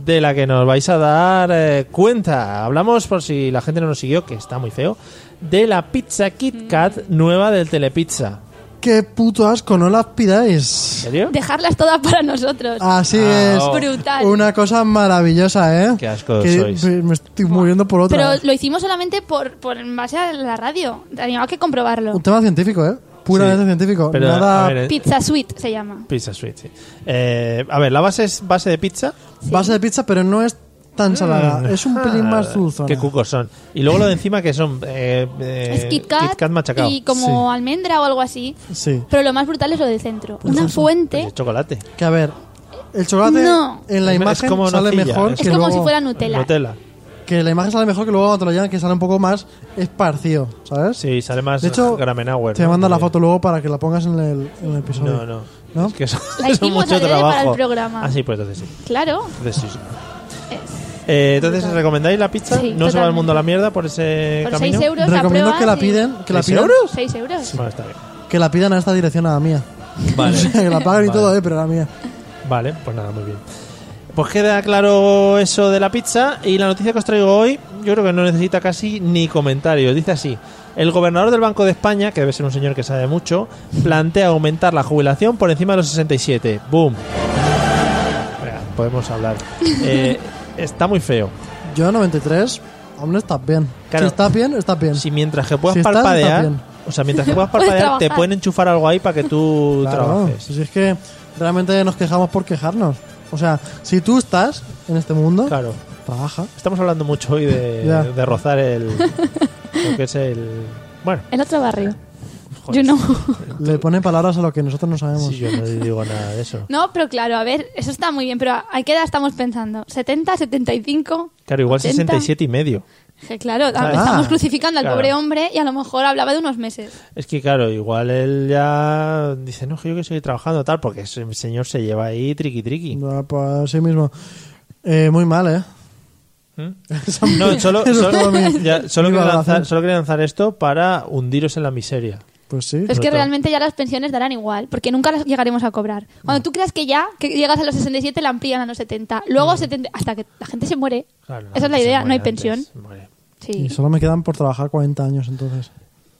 S1: de la que nos vais a dar eh, cuenta. Hablamos, por si la gente no nos siguió, que está muy feo, de la pizza
S3: Mm.
S1: Kit Kat nueva del Telepizza.
S4: (laughs) Qué puto asco, no las
S1: ¿En
S4: pidáis.
S1: serio?
S3: Dejarlas todas para nosotros.
S4: Así
S1: Ah,
S4: es.
S1: oh.
S3: Brutal.
S4: Una cosa maravillosa, ¿eh?
S1: Qué asco sois.
S4: me- Me estoy muriendo por otra.
S3: Pero lo hicimos solamente por, por en base a la radio. Te animaba a que comprobarlo.
S4: Un tema científico, ¿eh? Puramente
S1: Sí.
S4: científico.
S1: Pero,
S4: Nada.
S1: a ver, eh,
S3: Pizza Suite se llama.
S1: pizza sweet, sí. Eh, a ver, la base es base de pizza.
S4: Base de pizza, pero no es tan salada. Es un pelín más
S1: Mm.
S4: dulzona.
S1: Ah, Qué cucos son. Y luego lo de encima que son... Eh, eh,
S3: es Kit Kat,
S1: machacado.
S3: y como almendra o algo así.
S4: Sí.
S3: Pero lo más brutal es lo del centro. Una
S1: Pues
S3: fuente
S1: es chocolate.
S4: Que a ver. El chocolate
S3: No.
S4: en la
S1: Es
S4: imagen
S1: como
S4: sale
S1: nocilla,
S4: mejor
S1: es
S4: que
S3: es como
S4: luego-
S3: si fuera Nutella.
S1: Nutella.
S4: Que la imagen sale mejor que luego cuando te lo llevan, que sale un poco más esparcido, ¿sabes?
S1: Sí, sale más
S4: De hecho,
S1: Gramenauer.
S4: Te voy a mandar la foto luego para que la pongas en el, en el episodio.
S1: No, no.
S4: ¿No?
S1: Es que eso, eso (laughs)
S3: La
S1: es
S3: hicimos
S1: mucho
S3: adrede
S1: trabajo.
S3: para el programa.
S1: Ah, sí, pues entonces sí.
S3: Claro.
S1: Entonces, sí, sí.
S3: Es-
S1: Eh, entonces, ¿os ¿recomendáis la pizza? no
S3: Sí,
S1: se va
S3: totalmente.
S1: el mundo a la mierda por ese
S3: Por
S1: camino.
S3: 6 euros la
S4: Recomiendo
S3: pruebas
S4: que la
S3: y-
S4: piden, que la
S1: ¿Seis
S4: pidan,
S1: euros?
S3: 6 euros.
S1: Bueno, está bien.
S3: (laughs)
S4: que la pidan a esta dirección a la mía. (laughs) O sea,
S1: Vale.
S4: que la paguen y
S1: Vale.
S4: todo, eh, pero la mía.
S1: Vale, pues nada, muy bien. Pues queda claro eso de la pizza y la noticia que os traigo hoy yo creo que no necesita casi ni comentarios. Dice así, el gobernador del Banco de España, que debe ser un señor que sabe mucho, plantea aumentar la jubilación por encima de los 67. ¡Boom! Venga, podemos
S3: (laughs)
S1: hablar. Eh, está muy feo.
S4: Yo 93, aún estás bien.
S1: Claro.
S4: Si estás bien, estás bien.
S1: Si mientras que puedas
S4: Si estás, estás
S1: parpadear,
S4: bien.
S1: o sea, mientras que puedas
S3: (laughs) Puedes
S1: parpadear, te
S3: trabajar.
S1: pueden enchufar algo ahí para que tú
S4: claro.
S1: trabajes.
S4: Si es que realmente nos quejamos por quejarnos. O sea, si tú estás en este mundo,
S1: Claro.
S4: trabaja.
S1: Estamos hablando mucho hoy de,
S4: Ya.
S1: de rozar
S4: (laughs)
S1: el. lo que es el. Bueno,
S3: El otro barrio.
S1: Joder.
S3: Yo no. (laughs)
S4: Le ponen palabras a lo que nosotros no sabemos.
S1: sí, yo no digo nada de eso.
S3: No, pero claro, a ver, eso está muy bien, pero ¿a a qué edad estamos pensando? ¿70, 75?
S1: Claro, igual
S3: 80?
S1: 67 y medio.
S3: Que claro, a-
S1: Claro.
S3: estamos crucificando al
S1: Claro.
S3: pobre hombre y a lo mejor hablaba de unos meses.
S1: Es que, claro, igual él ya dice, no, que yo que estoy trabajando tal, porque ese señor se lleva ahí triqui triqui.
S4: No, pues así mismo. Eh, muy mal, eh.
S1: ¿Mm?
S4: Esa-
S1: No, solo,
S4: (laughs) eso es
S1: solo,
S4: todo mi-
S1: ya, solo
S4: mi
S1: quería
S4: valoración.
S1: lanzar, solo quería lanzar esto para hundiros en la miseria.
S4: Pues sí.
S3: Es que
S1: todo.
S3: realmente ya las pensiones darán igual, porque nunca las llegaremos a cobrar.
S1: Ah.
S3: Cuando tú creas que ya, que llegas a los 67, la amplían a los 70, luego 70, hasta que la gente se muere.
S1: Ah. Claro, no,
S3: Esa es la
S1: se
S3: idea, no
S1: muere
S3: hay
S1: antes,
S3: pensión.
S1: muere.
S3: Sí.
S4: Y solo me quedan por trabajar 40 años entonces.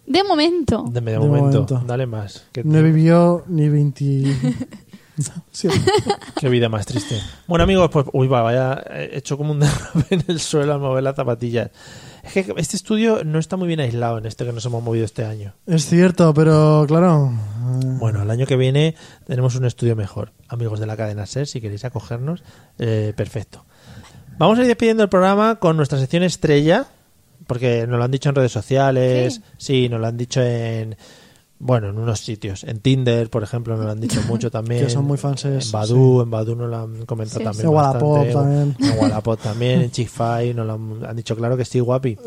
S3: De momento.
S1: De, de
S4: De
S1: momento,
S4: momento.
S1: dale más. que
S4: No he vivido ni
S1: (laughs)
S4: (laughs) 20. Sí.
S1: Qué vida más triste. Bueno, amigos, pues, uy, va, vaya, he hecho como un (laughs) derrape en el suelo al mover las zapatillas. Es que este estudio no está muy bien aislado en este que nos hemos movido este año.
S4: Es cierto, pero claro. eh,
S1: Bueno, el año que viene tenemos un estudio mejor. Amigos de la cadena SER, si queréis acogernos, eh, perfecto. Vamos a ir despidiendo el programa con nuestra sección estrella, porque nos lo han dicho en redes sociales, sí, nos lo han dicho en... Bueno, en unos sitios. En Tinder, por ejemplo, nos lo han dicho mucho también.
S4: Que son muy fanses,
S1: En Badu, en Badu nos lo han comentado
S3: Sí.
S1: también.
S4: En Wallapop
S1: bastante.
S4: también.
S1: En Wallapop también, en Chick-fil-A nos lo han, han dicho claro que estoy
S4: (laughs)
S1: guapi.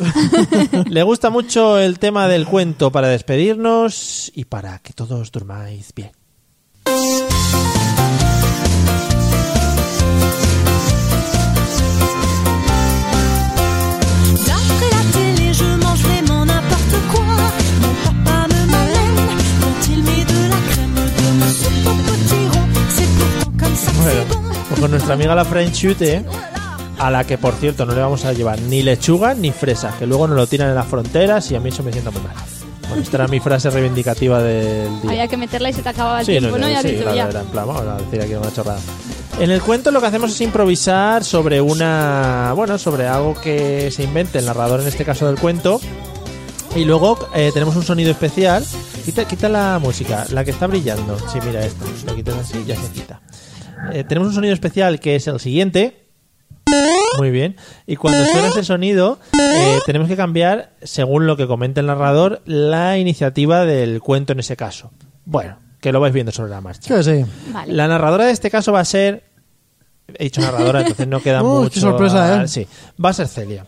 S1: Le gusta mucho el tema del cuento para despedirnos y para que todos durmáis bien.
S2: D'après la télé, je mangerai mon n'importe quoi. Mon papa me malène quand il met de la crème de mon soupe au petit rond. C'est pourtant comme ça que
S1: Bueno,
S2: c'est bon.
S1: pues con nuestra amiga la Frenchute, ¿eh? a la que por cierto no le vamos a llevar ni lechuga ni fresas, que luego nos lo tiran en las fronteras y a mí eso me sienta muy mal. Bueno, esta era mi frase reivindicativa del día.
S3: Había que meterla y se te acababa el
S1: Sí,
S3: tiempo,
S1: no,
S3: ¿no?
S1: no,
S3: Ya has
S1: sí,
S3: dicho
S1: claro,
S3: ya.
S1: era en plan, vamos a decir aquí una chorrada. En el cuento lo que hacemos es improvisar sobre una. Bueno, sobre algo que se invente el narrador en este caso del cuento. Y luego eh, tenemos un sonido especial. Quita, quita la música, la que está brillando. Sí, mira esto. Lo quitas así, ya se quita. Eh, tenemos un sonido especial que es el siguiente. Muy bien. Y cuando suena ese sonido, eh, tenemos que cambiar, según lo que comenta el narrador, la iniciativa del cuento en ese caso. Bueno, que lo vais viendo sobre la marcha.
S4: Que sí.
S3: Vale.
S1: La narradora de este caso va a ser. He dicho narradora, entonces no queda
S4: (laughs) Uy,
S1: mucho.
S4: qué sorpresa,
S1: a-
S4: ¿eh?
S1: Sí, va a ser Celia.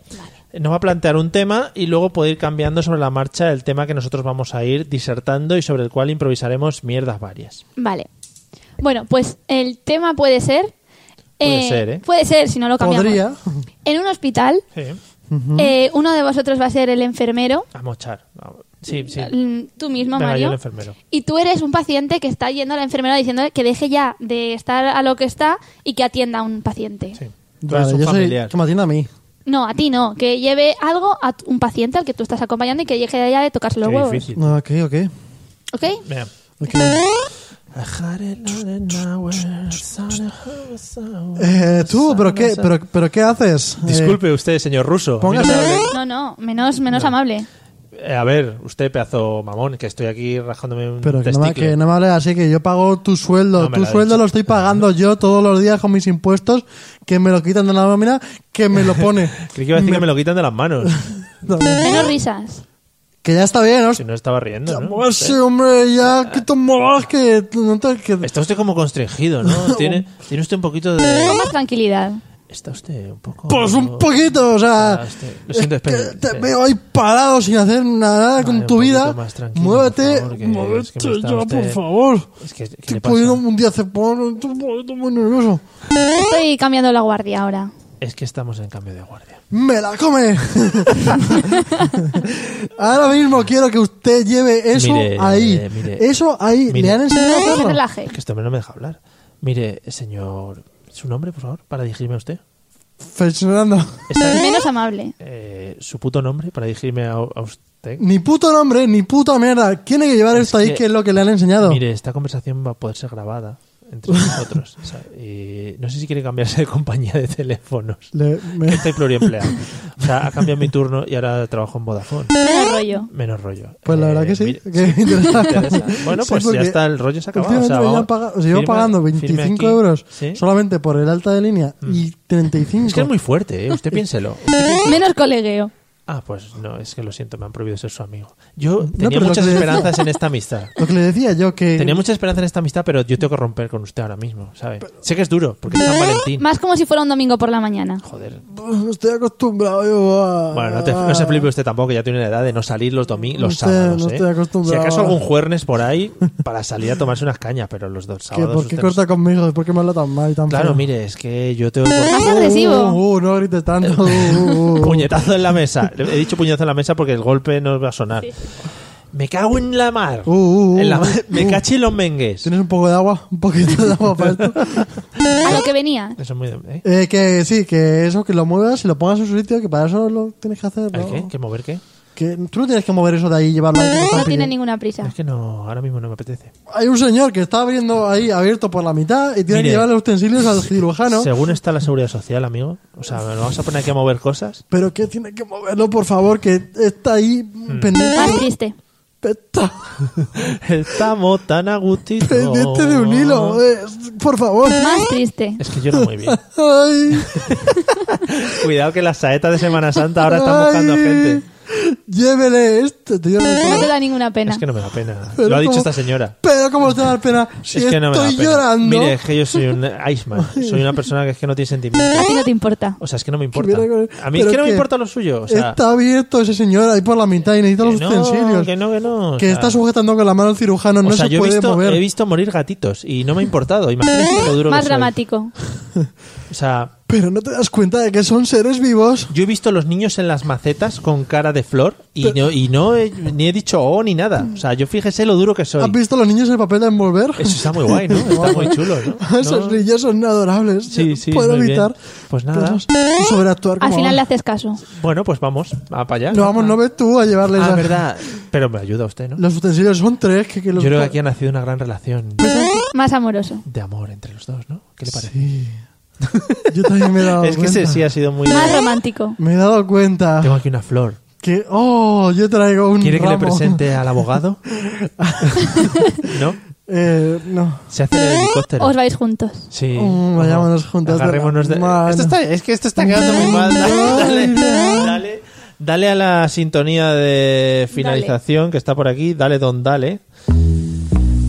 S1: Nos va a plantear un tema y luego puede ir cambiando sobre la marcha el tema que nosotros vamos a ir disertando y sobre el cual improvisaremos mierdas varias.
S3: Vale. Bueno, pues el tema puede ser.
S1: Puede ser, ¿eh?
S3: Puede ser, si no lo cambiamos.
S4: Podría.
S3: En un hospital,
S1: Sí.
S3: eh, uno de vosotros va a ser el enfermero.
S1: A mochar. Vamos. Sí, sí.
S3: Mm, Tú mismo,
S1: Venga, yo
S3: Mario.
S1: el enfermero.
S3: Y tú eres un paciente que está yendo a la enfermera diciéndole que deje ya de estar a lo que está y que atienda a un paciente.
S1: Sí. Tú eres
S4: Vale,
S1: un
S4: yo soy
S1: familiar.
S4: que me atienda a mí.
S3: No, a ti no. Que lleve algo a t- un paciente al que tú estás acompañando y que deje ya de tocarse los
S1: Qué
S3: huevos.
S1: difícil.
S4: Ah, Ok, ok.
S3: ¿Ok?
S1: Venga.
S4: Ok. Eh, tú, pero qué, pero, pero qué haces? Eh,
S1: Disculpe usted, señor ruso.
S4: póngase-
S3: No, no. Menos, menos amable.
S1: Eh, a ver, usted pedazo mamón, que estoy aquí rajándome un
S4: pero que no, me,
S1: testículo.
S4: que no me hables así, que yo pago tu sueldo.
S1: No me
S4: tu
S1: lo ha
S4: sueldo
S1: dicho.
S4: lo estoy pagando yo todos los días con mis impuestos, que me lo quitan de la nómina, que me lo pone.
S1: (laughs) Creí que iba a decir que me lo quitan de las manos.
S3: Menos risas.
S4: (laughs) Que ya está bien,
S1: si
S4: hostia.
S1: no estaba riendo, ¿no?
S4: Sí, hombre, ya, que tomas, que no te... que-
S1: Está usted como constringido,
S4: (laughs)
S1: ¿no? Tiene, tiene usted un poquito de...
S3: Con más tranquilidad.
S1: Está usted un poco...
S4: Pues un poquito, o sea...
S1: Ah, sí. Lo siento,
S4: es que
S1: espere,
S4: te
S1: sí.
S4: veo ahí parado sin hacer nada
S1: Vale,
S4: con
S1: un
S4: tu
S1: poquito
S4: vida.
S1: más tranquilo,
S4: Muévete,
S1: por favor, que es que me
S4: muévete
S1: está
S4: ya, por
S1: usted-
S4: favor.
S1: Es que, ¿qué
S4: Estoy
S1: le
S4: pudiendo
S1: pasa?
S4: un día se pone, estoy un poquito muy nervioso.
S3: Estoy cambiando la guardia ahora.
S1: Es que estamos en cambio de guardia.
S4: ¡Me la
S1: (laughs)
S4: come! Ahora mismo quiero que usted lleve eso
S1: Mire,
S4: ahí.
S1: mire.
S4: eso ahí.
S1: Mire.
S4: ¿Le han enseñado a
S3: Que se
S4: (laughs) hacerlo?
S3: relaje.
S1: Es que este hombre no me deja hablar. Mire, señor... ¿Su nombre, por favor? Para dirigirme a usted.
S4: Fernando.
S1: Está-
S3: Menos amable.
S1: eh, su puto nombre para dirigirme a, a usted.
S4: Ni puto nombre, ni puta mierda. Tiene que llevar esto ahí,
S1: que-
S4: que... es lo que le han enseñado.
S1: Mire, esta conversación va a poder ser grabada entre nosotros. o sea, y no sé si quiere cambiarse de compañía de teléfonos.
S4: Le- me-
S1: Estoy pluriempleado. O sea, ha cambiado mi turno y ahora trabajo en Vodafone.
S3: Menos rollo.
S1: Menos rollo.
S4: Pues la
S1: Eh,
S4: verdad que sí.
S1: mire,
S4: que me (laughs) interesa.
S1: interesa. Bueno,
S4: Sí,
S1: pues ya
S4: porque
S1: está, el rollo se ha acabado. O
S4: últimamente
S1: sea,
S4: me
S1: vamos,
S4: llevan paga- os llevo
S1: firme-
S4: pagando
S1: firme
S4: 25
S1: aquí.
S4: euros
S1: ¿Sí? Mm.
S4: solamente por el alta de línea y 35.
S1: Es que es muy fuerte, ¿eh? Usted piénselo.
S3: Menos colegueo.
S1: Ah, pues no, es que lo siento, me han prohibido ser su amigo. Yo tenía
S4: pero lo
S1: muchas
S4: que-
S1: esperanzas en esta amistad.
S4: Lo que le decía yo que...
S1: Tenía mucha esperanza en esta amistad, pero yo tengo que romper con usted ahora mismo, ¿sabes? Sé que es duro, porque es San Valentín.
S3: Más como si fuera un domingo por la mañana.
S1: Joder.
S4: Estoy acostumbrado yo a...
S1: Bueno, no, te- no se flipe usted tampoco, que ya tiene la edad de no salir los domingos, los
S4: Usted,
S1: sábados,
S4: no
S1: ¿eh?
S4: estoy acostumbrado.
S1: Si acaso algún juernes por ahí para salir a tomarse unas cañas, pero los dos
S4: Que
S1: sábados...
S4: ¿Por qué
S1: usted no-
S4: corta conmigo? ¿Por qué me habla tan mal y tan
S1: Claro,
S4: feo?
S1: mire, es que yo tengo...
S3: Más
S4: Uh,
S3: agresivo.
S4: Uh, no grites tanto. uh, uh, uh.
S1: Puñetazo en la mesa. He dicho puñetazo en la mesa porque el golpe no va a sonar. Me cago en la mar.
S4: Uh, uh, uh,
S1: En la
S4: uh.
S1: mar. Me caché los mengues.
S4: ¿Tienes un poco de agua? Un poquito de agua
S1: (laughs)
S4: para esto.
S3: A lo que venía.
S1: Eso es muy... de- ¿eh?
S4: Eh, que sí, que eso, que lo muevas y lo pongas en su sitio, que para eso lo tienes que hacer.
S1: ¿El
S4: ¿no?
S1: qué? ¿Qué mover qué?
S4: Que tú no tienes que mover eso de ahí y llevarlo ahí. que lo están
S3: No tiene
S4: pidiendo.
S3: ninguna prisa.
S1: Es que no, ahora mismo no me apetece.
S4: Hay un señor que está abriendo ahí, abierto por la mitad, y tiene
S1: Mire.
S4: que llevar los utensilios al cirujano.
S1: Según está la seguridad social, amigo. O sea, ¿nos vamos a poner aquí a mover
S4: (laughs)
S1: cosas?
S4: Pero que tiene que moverlo, por favor, que está ahí
S1: Hmm.
S3: Más
S1: ¿Eh?
S4: pendiente.
S3: triste.
S4: Está
S1: Estamos tan a gustito.
S4: pendiente de un hilo, eh, por favor.
S1: ¿Eh?
S3: Más triste.
S1: Es que yo no muy bien.
S4: Ay,
S1: Cuidado que las saetas de Semana Santa ahora están buscando
S4: ay.
S1: gente.
S4: Llévele esto, tío.
S3: No te da ninguna pena.
S1: Es que no me da pena.
S4: Pero
S1: Lo ha dicho
S4: cómo-
S1: esta señora.
S4: Pero cómo os va a
S1: (laughs)
S4: dar pena si
S1: es que no me da
S4: estoy
S1: pena.
S4: llorando.
S1: Mire, es que yo soy un Iceman. Soy una persona que es que no tiene sentimientos.
S3: A ti no te importa.
S1: O sea, es que no me
S4: Que
S1: importa.
S4: mira con-
S1: A mí es
S4: pero
S1: que no me importa lo suyo. O sea,
S4: está abierto ese señor ahí por la mitad y necesita
S1: que
S4: los
S1: no,
S4: utensilios.
S1: que no, que no. o
S4: Que
S1: sea,
S4: está sujetando con la mano al cirujano, no
S1: o sea,
S4: se
S1: yo he
S4: puede
S1: visto,
S4: mover.
S1: he visto morir gatitos y no me ha importado.
S3: (laughs)
S1: Imagínate lo duro que
S3: Más
S1: soy.
S3: dramático.
S1: O sea,
S4: Pero no te das cuenta de que son seres vivos.
S1: yo he visto los niños en las macetas con cara de flor y no, y no he- ni he dicho oh ni nada. O sea, yo fíjese lo duro que soy.
S4: ¿Has visto los niños el papel de envolver?
S1: Eso
S4: (laughs)
S1: está muy guay, ¿no? Está muy chulo, ¿no?
S4: Esos
S1: ¿No?
S4: niños son adorables.
S1: Sí,
S4: Yo no
S1: sí,
S4: Puedo
S1: muy bien.
S4: evitar.
S1: Pues nada.
S4: Pues sobreactuar
S3: Al
S4: como
S3: final le
S4: van.
S3: haces caso.
S1: Bueno, pues vamos, a para allá.
S4: No, vamos, no ves tú a llevarles
S1: Ah,
S4: a-
S1: verdad. Pero me ayuda usted, ¿no?
S4: Los utensilios son tres. Que, que
S1: Yo
S4: los...
S1: creo que aquí ha nacido una gran relación
S3: Más amoroso.
S1: de amor entre los dos, ¿no? ¿Qué le parece?
S4: Sí. (laughs) Yo también me he
S1: (laughs)
S4: dado
S1: Es que
S4: cuenta.
S1: ese sí ha sido muy...
S3: Más romántico.
S4: Me he dado cuenta
S1: Tengo aquí una flor.
S4: que... ¡Oh! Yo traigo un
S1: ¿Quiere que le
S4: ramo.
S1: presente al
S4: (laughs)
S1: abogado? ¿No?
S4: Eh, no.
S1: Se hace en el helicóptero.
S3: Os vais juntos.
S1: Sí.
S4: Mm, vayámonos juntas de la
S1: Agarrémonos de...
S4: mano.
S1: Esto está- es que esto está quedando muy mal. Dale, dale, dale, dale a la sintonía de finalización que está por aquí. Dale, don, dale.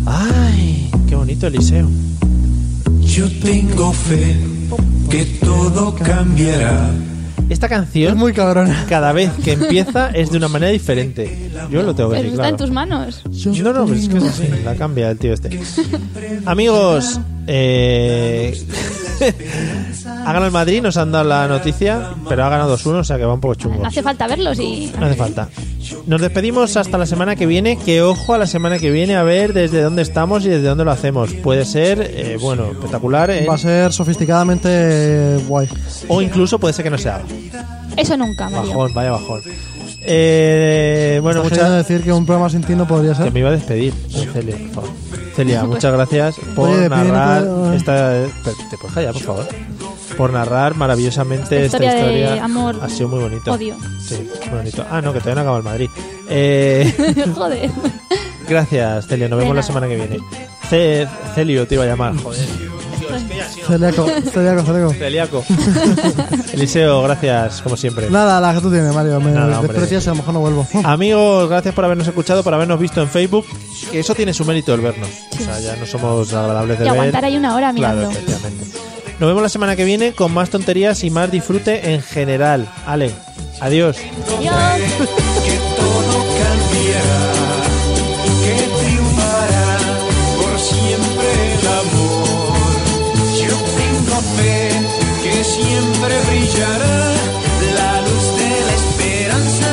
S1: Ay, qué bonito Eliseo.
S6: Yo tengo fe que todo cambiará.
S1: Esta
S4: Es
S1: canción
S4: muy cabrona.
S1: cada vez que empieza es de una manera diferente. Yo lo tengo que
S3: Pero
S1: decir,
S3: está en
S1: Pues claro. Pues
S3: tus manos.
S1: No, no, pero es que es
S3: (laughs)
S1: así, la cambia el tío este. Amigos, eh, (laughs) ha ganado el Madrid, nos han dado la noticia, pero ha ganado 2-1, o sea que va un poco chungo.
S3: Hace falta verlos y...
S1: No hace falta. Nos despedimos hasta la semana que viene. Que ojo a la semana que viene a ver desde dónde estamos y desde dónde lo hacemos. Puede ser, eh, bueno, espectacular eh,
S4: Va a ser sofisticadamente eh, guay.
S1: o incluso puede ser que no sea.
S3: Eso nunca, Mario.
S1: Bajón, vaya bajón. Eh, bueno,
S4: Está genial
S1: muchas
S4: decir que un programa sin ti no podría
S1: que
S4: ser.
S1: me iba a despedir. eh, Celia, por favor.
S4: (laughs)
S1: Celia, muchas gracias por
S4: Oye, pide,
S1: narrar
S4: no te-
S1: esta. Pe- ¿Te puedes callar, por favor? Por narrar maravillosamente esta
S3: Esta
S1: historia.
S3: historia de amor,
S1: ha sido muy bonito.
S3: odio.
S1: Sí, muy bonito. Ah, no, que todavía no acaba el Madrid. Eh.
S3: (laughs) Joder.
S1: Gracias, Celia. Nos vemos la semana que viene. Ce- Celio te iba a llamar, joder.
S4: Celíaco, celíaco, celíaco.
S3: (laughs)
S1: Celiaco. Eliseo, gracias, como siempre.
S4: Nada, la que tú tienes, Mario. Me
S1: Nada, hombre.
S4: desprecias y a lo mejor no vuelvo.
S1: Amigos, gracias por habernos escuchado, por habernos visto en Facebook. Que eso tiene su mérito el vernos. O sea, ya no somos agradables de
S3: Y
S1: ver.
S3: aguantar ahí una hora
S1: Claro,
S3: mirando.
S1: efectivamente. Nos vemos la semana que viene con más tonterías y más disfrute en general. Ale, adiós.
S6: que todo cambiará, que triunfará por siempre el amor. Yo tengo fe que siempre brillará la luz de la esperanza.